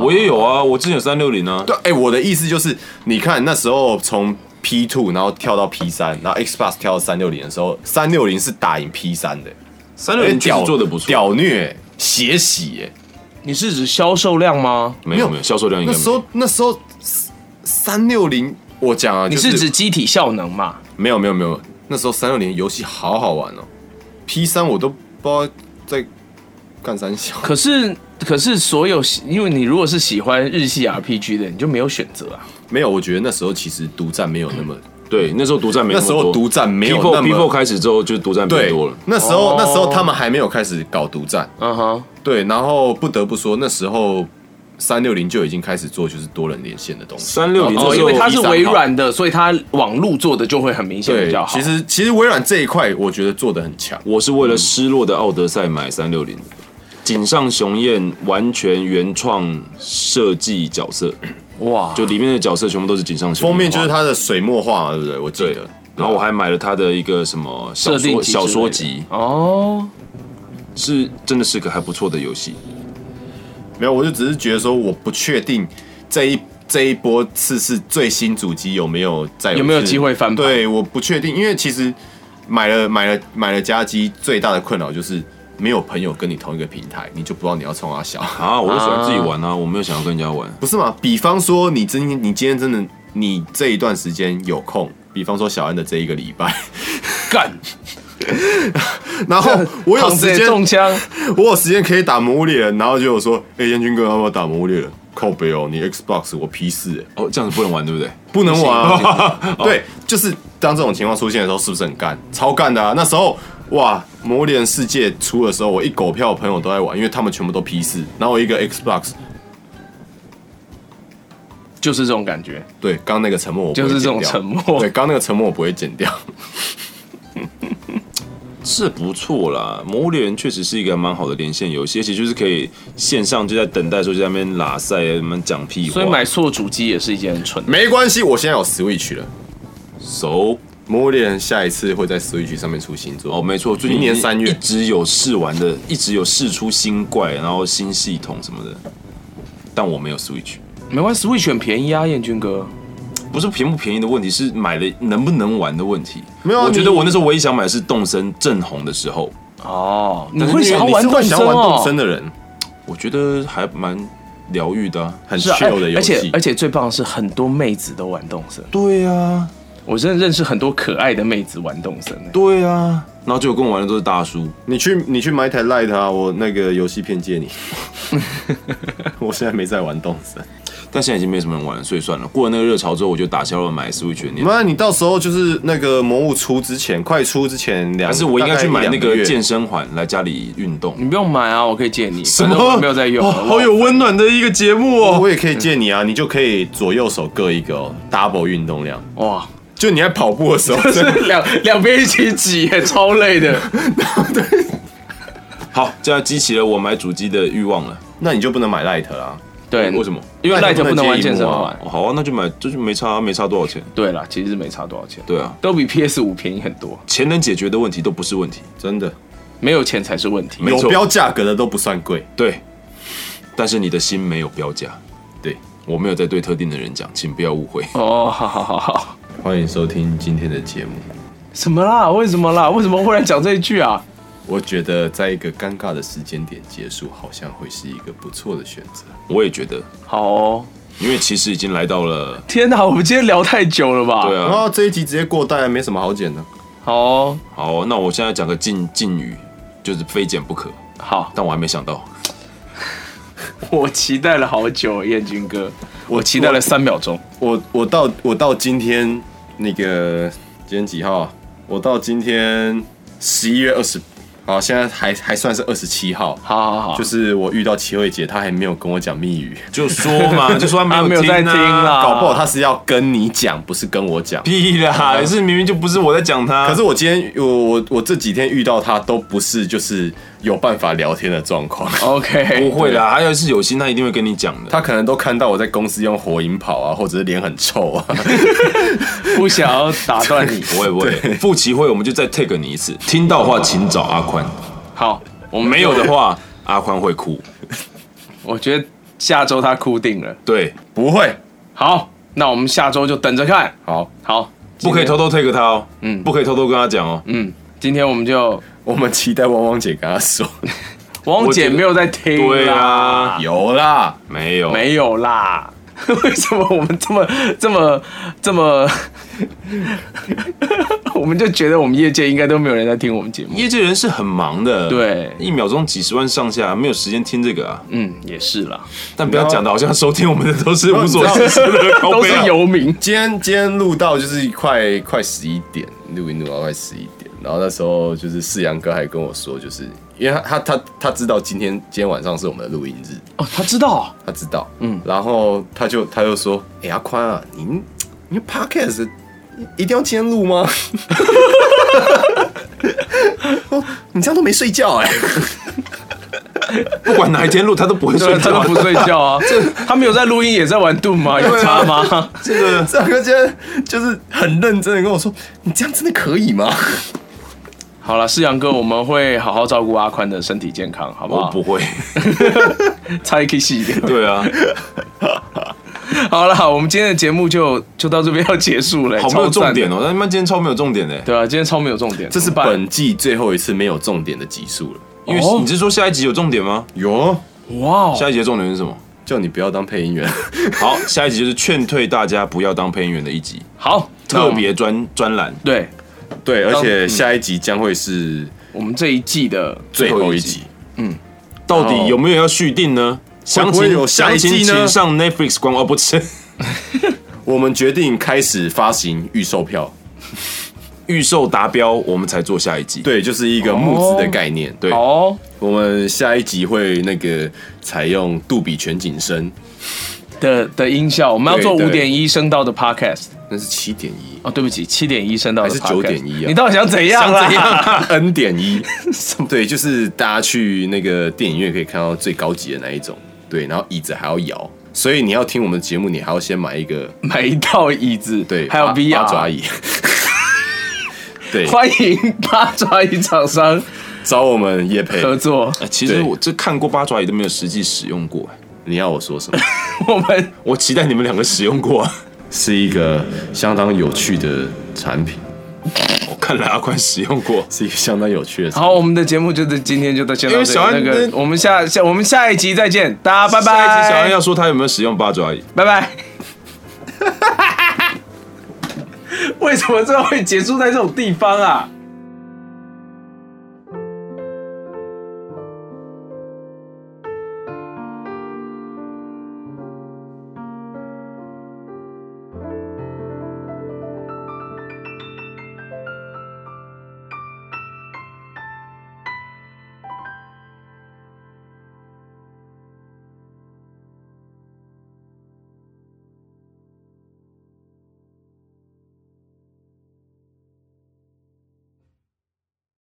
[SPEAKER 5] 我也有啊，我之前有三六零啊。
[SPEAKER 6] 对，哎、我的意思就是，你看那时候从 P two 然后跳到 P 三，然后 Xbox 跳到三六零的时候，三六零是打赢 P 三的、
[SPEAKER 5] 三六零确实做的不错，
[SPEAKER 6] 哎屌虐、血洗、欸，
[SPEAKER 4] 你是指销售量吗？
[SPEAKER 5] 没有没有销售量应
[SPEAKER 6] 那
[SPEAKER 5] 该没
[SPEAKER 6] 时
[SPEAKER 5] 有。
[SPEAKER 6] 候那时候三六零，我讲啊，
[SPEAKER 4] 你
[SPEAKER 6] 就是
[SPEAKER 4] 指机体效能嘛？
[SPEAKER 6] 没有没有没有，那时候三六零游戏好好玩哦，P 三我都不知道在干三小，
[SPEAKER 4] 可是可是所有喜，因为你如果是喜欢日系 RPG 的，你就没有选择啊。
[SPEAKER 6] 没有，我觉得那时候其实独占没有那么，
[SPEAKER 5] 对，那时候独占没
[SPEAKER 6] 那
[SPEAKER 5] 么
[SPEAKER 6] 时候
[SPEAKER 5] 多
[SPEAKER 6] 独占没有
[SPEAKER 5] People
[SPEAKER 6] 那么
[SPEAKER 5] People 开始之后就独占变
[SPEAKER 6] 对
[SPEAKER 5] 多了。，
[SPEAKER 6] 那时候、
[SPEAKER 4] 哦
[SPEAKER 6] 那时候他们还没有开始搞独占，
[SPEAKER 4] 嗯哼，
[SPEAKER 6] 对，然后不得不说那时候三六零就已经开始做就是多人连线的东西。
[SPEAKER 5] 三六零
[SPEAKER 4] 哦，
[SPEAKER 5] 那时
[SPEAKER 4] 因为它
[SPEAKER 5] 候
[SPEAKER 4] 是微软的，所以它网路做的就会很明显比
[SPEAKER 6] 对
[SPEAKER 4] 较，好。嗯
[SPEAKER 6] 其实其实微软这一块我觉得做的很强，
[SPEAKER 5] 我是为了失落的奥德赛买三六零的。井上雄彦完全原创设计角色，
[SPEAKER 4] 哇，
[SPEAKER 5] 就里面的角色全部都是井上雄彦画的。
[SPEAKER 6] 封面就是它的水墨画嘛，对不对？我记
[SPEAKER 5] 对
[SPEAKER 6] 得。。
[SPEAKER 5] 然后我还买了他的一个什么
[SPEAKER 4] 设
[SPEAKER 5] 小
[SPEAKER 4] 定
[SPEAKER 5] 说
[SPEAKER 4] 集之类的
[SPEAKER 5] 小说集，
[SPEAKER 4] 哦，
[SPEAKER 5] 是真的是个还不错的游戏。
[SPEAKER 6] 没有，我就只是觉得说我不确定这一这一波次是最新主机有没有再
[SPEAKER 4] 有没有
[SPEAKER 6] 一次
[SPEAKER 4] 机会翻盘
[SPEAKER 6] 对，我不确定，因为其实买了买了买了家机，最大的困扰就是没有朋友跟你同一个平台，你就不知道你要冲啊小。
[SPEAKER 5] 啊，我就喜欢自己玩啊，我没有想要跟人家玩。
[SPEAKER 6] 不是嘛？比方说，你今天你今天真的你这一段时间有空，比方说小安的这一个礼拜，
[SPEAKER 4] 干，
[SPEAKER 6] 然后我有
[SPEAKER 4] 躺着
[SPEAKER 6] 时
[SPEAKER 4] 也
[SPEAKER 6] 间，
[SPEAKER 4] 中枪，
[SPEAKER 6] 我有时间可以打魔物猎人，然后就有说，哎、燕军哥要不要打魔物猎人？靠北哦，你 Xbox 我 P 四、
[SPEAKER 5] 哦，这样子不能玩，对不对？
[SPEAKER 6] 不能玩、啊。对，就是当这种情况出现的时候，是不是很干？超干的啊！那时候哇，《魔联世界》出的时候，我一狗票的朋友都在玩，因为他们全部都 P 四，然后我一个 Xbox。
[SPEAKER 4] 就是这种感觉。
[SPEAKER 6] 对，刚那个沉默我不会
[SPEAKER 4] 就是这种
[SPEAKER 6] 剪掉
[SPEAKER 4] 沉默
[SPEAKER 6] 对，刚那个沉默我不会剪掉。
[SPEAKER 5] 是不错啦，《魔物猎人》确实是一个蛮好的连线游戏，而且就是可以线上就在等待的时候就在那边拉赛，在那边讲屁话。
[SPEAKER 4] 所以买错主机也是一件很蠢的。
[SPEAKER 6] 没关系，我现在有 Switch 了，《
[SPEAKER 5] 熟
[SPEAKER 6] 魔物猎人》下一次会在 Switch 上面出新作。
[SPEAKER 5] 哦，没错，最近
[SPEAKER 6] 明年三月
[SPEAKER 5] 一直有试玩的，一直有试出新怪，然后新系统什么的，但我没有 Switch，
[SPEAKER 4] 没关系，Switch 很便宜啊，彦君哥。
[SPEAKER 5] 不是便不便宜的问题，是买了能不能玩的问题。
[SPEAKER 6] 没有啊
[SPEAKER 5] 我觉
[SPEAKER 6] 你
[SPEAKER 5] 得我那时候唯一想买的是动森正红的时候，
[SPEAKER 4] 哦，你
[SPEAKER 6] 但是
[SPEAKER 4] 会
[SPEAKER 6] 你
[SPEAKER 4] 想要玩
[SPEAKER 6] 你是会
[SPEAKER 4] 动
[SPEAKER 6] 想
[SPEAKER 4] 森
[SPEAKER 6] 要玩
[SPEAKER 4] 哦
[SPEAKER 6] 动，森的人，
[SPEAKER 5] 我觉得还蛮疗愈的、啊。
[SPEAKER 6] 很
[SPEAKER 4] 是啊，
[SPEAKER 6] chill 的
[SPEAKER 4] 哎
[SPEAKER 6] 游
[SPEAKER 4] 而且
[SPEAKER 6] 戏
[SPEAKER 4] 而。且最棒的是，很多妹子都玩动森。
[SPEAKER 5] 对啊，
[SPEAKER 4] 我真的认识很多可爱的妹子玩动森、欸。
[SPEAKER 5] 对啊，然后结果跟我玩的都是大叔。
[SPEAKER 6] 你去你去买一台 Light 啊，我那个游戏片借你。 我现在没在玩动森。
[SPEAKER 5] 但现在已经没什么人玩了，所以算了。过了那个热潮之后，我就打消了买 Switch 的念头。
[SPEAKER 6] 那你到时候就是那个魔物出之前，快出之前两，
[SPEAKER 5] 还是我应该去买那
[SPEAKER 6] 大概一两
[SPEAKER 5] 个
[SPEAKER 6] 月
[SPEAKER 5] 健身环来家里运动。
[SPEAKER 4] 你不用买啊，我可以借你。
[SPEAKER 5] 什
[SPEAKER 4] 反正
[SPEAKER 5] 么
[SPEAKER 4] 我没有在用
[SPEAKER 6] 哦
[SPEAKER 5] 哇
[SPEAKER 4] 了。
[SPEAKER 5] 好有温暖的一个节目哦。
[SPEAKER 6] 我也可以借你啊，你就可以左右手各一个、哦、double 运动量。
[SPEAKER 4] 哇，
[SPEAKER 6] 就你在跑步 的时候，真的
[SPEAKER 4] 两两边一起挤、欸，超累的。
[SPEAKER 5] 好，这样激起了我买主机的欲望了。
[SPEAKER 6] 那你就不能买 Light 啦。
[SPEAKER 4] 对，
[SPEAKER 5] 为什么？
[SPEAKER 4] 因为
[SPEAKER 6] Lite
[SPEAKER 4] Light 不能玩
[SPEAKER 6] 不能接
[SPEAKER 4] 健
[SPEAKER 6] 荧幕
[SPEAKER 4] 身
[SPEAKER 6] 啊
[SPEAKER 4] 环。
[SPEAKER 5] 哦好啊，那就买，就是没差，没差多少钱。
[SPEAKER 4] 对啦，其实没差多少钱，
[SPEAKER 5] 对啊，
[SPEAKER 4] 都比 PS 五便宜很多。
[SPEAKER 5] 钱能解决的问题都不是问题。
[SPEAKER 6] 真的，
[SPEAKER 4] 没有钱才是问题。
[SPEAKER 5] 没
[SPEAKER 6] 有
[SPEAKER 5] 错
[SPEAKER 6] 标价格的都不算贵。
[SPEAKER 5] 对，但是你的心没有标价。
[SPEAKER 6] 对，
[SPEAKER 5] 我没有在对特定的人讲，请不要误会。
[SPEAKER 4] 哦，好好好好。
[SPEAKER 6] 欢迎收听今天的节目。
[SPEAKER 4] 什么啦？为什么啦？为什么忽然讲这一句啊？
[SPEAKER 6] 我觉得在一个尴尬的时间点结束，好像会是一个不错的选择。
[SPEAKER 5] 我也觉得，
[SPEAKER 4] 好哦，
[SPEAKER 5] 因为其实已经来到了，
[SPEAKER 4] 天哪，我们今天聊太久了吧？
[SPEAKER 5] 对
[SPEAKER 6] 然
[SPEAKER 5] 啊。
[SPEAKER 6] 后这一集直接过带，没什么好剪的。
[SPEAKER 4] 好哦，
[SPEAKER 5] 好，那我现在讲个禁禁语，就是非减不可，
[SPEAKER 4] 好，
[SPEAKER 5] 但我还没想到。
[SPEAKER 4] 我期待了好久，燕军哥，我期待了三秒钟。
[SPEAKER 6] 我我到我到今天那个今天几号？啊我到今天十一月二十，好，现在还还算是二十七号。
[SPEAKER 4] 好好好，
[SPEAKER 6] 就是是我遇到齐慧姐，她还没有跟我讲密语，
[SPEAKER 5] 就说 嘛，就说他
[SPEAKER 4] 啊，
[SPEAKER 5] 没
[SPEAKER 4] 没
[SPEAKER 5] 有
[SPEAKER 4] 有
[SPEAKER 5] 听、
[SPEAKER 4] 在听
[SPEAKER 5] 啦。
[SPEAKER 4] 啦，
[SPEAKER 6] 搞不好她是要跟你讲，不是跟我讲。
[SPEAKER 5] 屁啊啦，也是明明就不是我在讲他。
[SPEAKER 6] 啊可是我今天我我我这几天遇到她都不是就是有办法聊天的状况，
[SPEAKER 4] OK，
[SPEAKER 5] 不会啦，还有是有心，他一定会跟你讲的。
[SPEAKER 6] 她可能都看到我在公司用火影跑啊，或者是脸很臭啊。
[SPEAKER 4] 不想要打断 你。
[SPEAKER 5] 不会 不会，复期会我们就再 take 你一次，听到的话请找阿宽，
[SPEAKER 4] 好，我们
[SPEAKER 5] 没有的，话阿宽会哭。
[SPEAKER 4] 我觉得下周他哭定了。
[SPEAKER 5] 对，
[SPEAKER 6] 不会，
[SPEAKER 4] 好，那我们下周就等着看。
[SPEAKER 6] 好，
[SPEAKER 4] 好，
[SPEAKER 5] 不可以
[SPEAKER 4] 今天
[SPEAKER 5] 偷。偷 take 他哦，
[SPEAKER 4] 嗯
[SPEAKER 5] 不可以偷偷跟他讲哦。
[SPEAKER 4] 嗯，今天我们就
[SPEAKER 6] 我们期待汪汪姐跟她说
[SPEAKER 4] 王
[SPEAKER 5] 我觉
[SPEAKER 4] 姐
[SPEAKER 5] 得
[SPEAKER 4] 没有在听啦，
[SPEAKER 5] 对啊，
[SPEAKER 6] 有啦，
[SPEAKER 5] 没有，
[SPEAKER 4] 没有啦。 为什么我们这么这么这么？ 我们就觉得我们业界应该都没有人在听我们节目。
[SPEAKER 5] 业界人是很忙的，
[SPEAKER 4] 对
[SPEAKER 5] 一秒钟几十万上下，没有时间听这个啊。
[SPEAKER 4] 嗯，也是啦，
[SPEAKER 5] 但不要讲的好像收听我们的都是无
[SPEAKER 6] 你
[SPEAKER 5] 所
[SPEAKER 6] 知道
[SPEAKER 5] 事事的高
[SPEAKER 4] 都
[SPEAKER 5] 飞啊
[SPEAKER 4] 是游民。
[SPEAKER 6] 今天今天录到就是快快十一点，录音录到快十一点，然后那时候就是世阳哥还跟我说，就是因为他他他他知道今天今天晚上是我们的录音日，
[SPEAKER 4] 哦，他知道
[SPEAKER 6] 他知道，嗯，然后他就他就说，哎、阿宽啊，您您 podcast 一定要今天录吗？ 哦，你这样都没睡觉哎、
[SPEAKER 5] 不管哪一天录他都不会
[SPEAKER 4] 对
[SPEAKER 5] 睡
[SPEAKER 4] 啊，他
[SPEAKER 5] 觉
[SPEAKER 4] 都
[SPEAKER 5] 啊。
[SPEAKER 4] 不睡觉 啊。他没有在录音，也在玩盾吗？有差吗？
[SPEAKER 6] 这个世阳哥今天就是很认真的跟我说，你这样真的可以吗？
[SPEAKER 4] 好了，世阳哥，我们会好好照顾阿宽的身体健康，好不
[SPEAKER 5] 我
[SPEAKER 4] 好？
[SPEAKER 5] 不会，
[SPEAKER 4] 差一 K 细一点。
[SPEAKER 5] 对 啊，
[SPEAKER 4] 好了，我们今天的节目就就到这边要结束了、
[SPEAKER 5] 好没有重点
[SPEAKER 4] 哦。
[SPEAKER 5] 哦，那他妈今天超没有重点的。
[SPEAKER 4] 对啊，今天超没有重点，
[SPEAKER 6] 这是
[SPEAKER 4] 怎么办
[SPEAKER 6] 本季最后一次没有重点的集数了。
[SPEAKER 5] 因为
[SPEAKER 4] 哦
[SPEAKER 5] 你是说下一集有重点吗？
[SPEAKER 6] 有，
[SPEAKER 4] 哇哦，
[SPEAKER 5] 下一集的重点是什么？
[SPEAKER 6] 叫你不要当配音员。
[SPEAKER 5] 好，下一集就是劝退大家不要当配音员的一集，
[SPEAKER 4] 好
[SPEAKER 6] 哦
[SPEAKER 4] 那我
[SPEAKER 5] 特
[SPEAKER 4] 们
[SPEAKER 5] 别专专栏。
[SPEAKER 4] 对
[SPEAKER 6] 对，而且下一集将会是
[SPEAKER 4] 我们这一季的
[SPEAKER 6] 最后一集。
[SPEAKER 5] 到底有没有要续订呢？
[SPEAKER 6] 不
[SPEAKER 5] 详
[SPEAKER 6] 哦会
[SPEAKER 5] 情
[SPEAKER 6] 有下
[SPEAKER 5] 详
[SPEAKER 6] 一季呢
[SPEAKER 5] 情请上 Netflix 官网，哦不是，
[SPEAKER 6] 我们决定开始发行预售票，
[SPEAKER 5] 预售达标，我们才做下一季。，
[SPEAKER 6] 对，就是一个募资的概念。对，
[SPEAKER 4] 好哦，
[SPEAKER 6] 我们下一集会那个采用杜比全景声，
[SPEAKER 4] 的的音效，我们要做
[SPEAKER 6] 对
[SPEAKER 4] 五
[SPEAKER 6] 对
[SPEAKER 4] 点一声道的 podcast。
[SPEAKER 6] 那是七点一，
[SPEAKER 4] 哦，对不起，七点一声道的
[SPEAKER 6] 还是
[SPEAKER 4] podcast
[SPEAKER 6] 9.1啊
[SPEAKER 4] 你到底想怎样
[SPEAKER 6] 像
[SPEAKER 4] 啦？
[SPEAKER 6] 这样啊 n 点一， 对，就是大家去那个电影院可以看到最高级的那一种，对，然后椅子还要摇，所以你要听我们节目，你还要先买一个
[SPEAKER 4] 买一套椅子，
[SPEAKER 6] 对，
[SPEAKER 4] 还有
[SPEAKER 6] 八
[SPEAKER 4] VR
[SPEAKER 6] 八爪 椅，对，
[SPEAKER 4] 欢迎八爪鱼厂商
[SPEAKER 6] 找我们叶佩，
[SPEAKER 4] 合作。
[SPEAKER 5] 呃、其实
[SPEAKER 6] 对
[SPEAKER 5] 我这看过八爪鱼都没有实际使用过，哎
[SPEAKER 6] 你要我说什么？
[SPEAKER 4] 我们
[SPEAKER 5] 我期待你们两个使用过。啊
[SPEAKER 6] 是一个相当有趣的产品，
[SPEAKER 5] 我看来阿宽使用过。
[SPEAKER 6] 是一个相当有趣的产品。
[SPEAKER 4] 好，我们的节目就是今天就到先
[SPEAKER 5] 因
[SPEAKER 4] 到
[SPEAKER 5] 为
[SPEAKER 4] 这
[SPEAKER 5] 小
[SPEAKER 4] 里。那
[SPEAKER 5] 安
[SPEAKER 4] 个，
[SPEAKER 5] 那
[SPEAKER 4] 我们下下我们下一集再见，大家拜
[SPEAKER 5] 下一集小安
[SPEAKER 4] 拜，
[SPEAKER 5] 要说他有没有使用八爪鱼。
[SPEAKER 4] 拜 拜。为什么最后会结束在这种地方啊？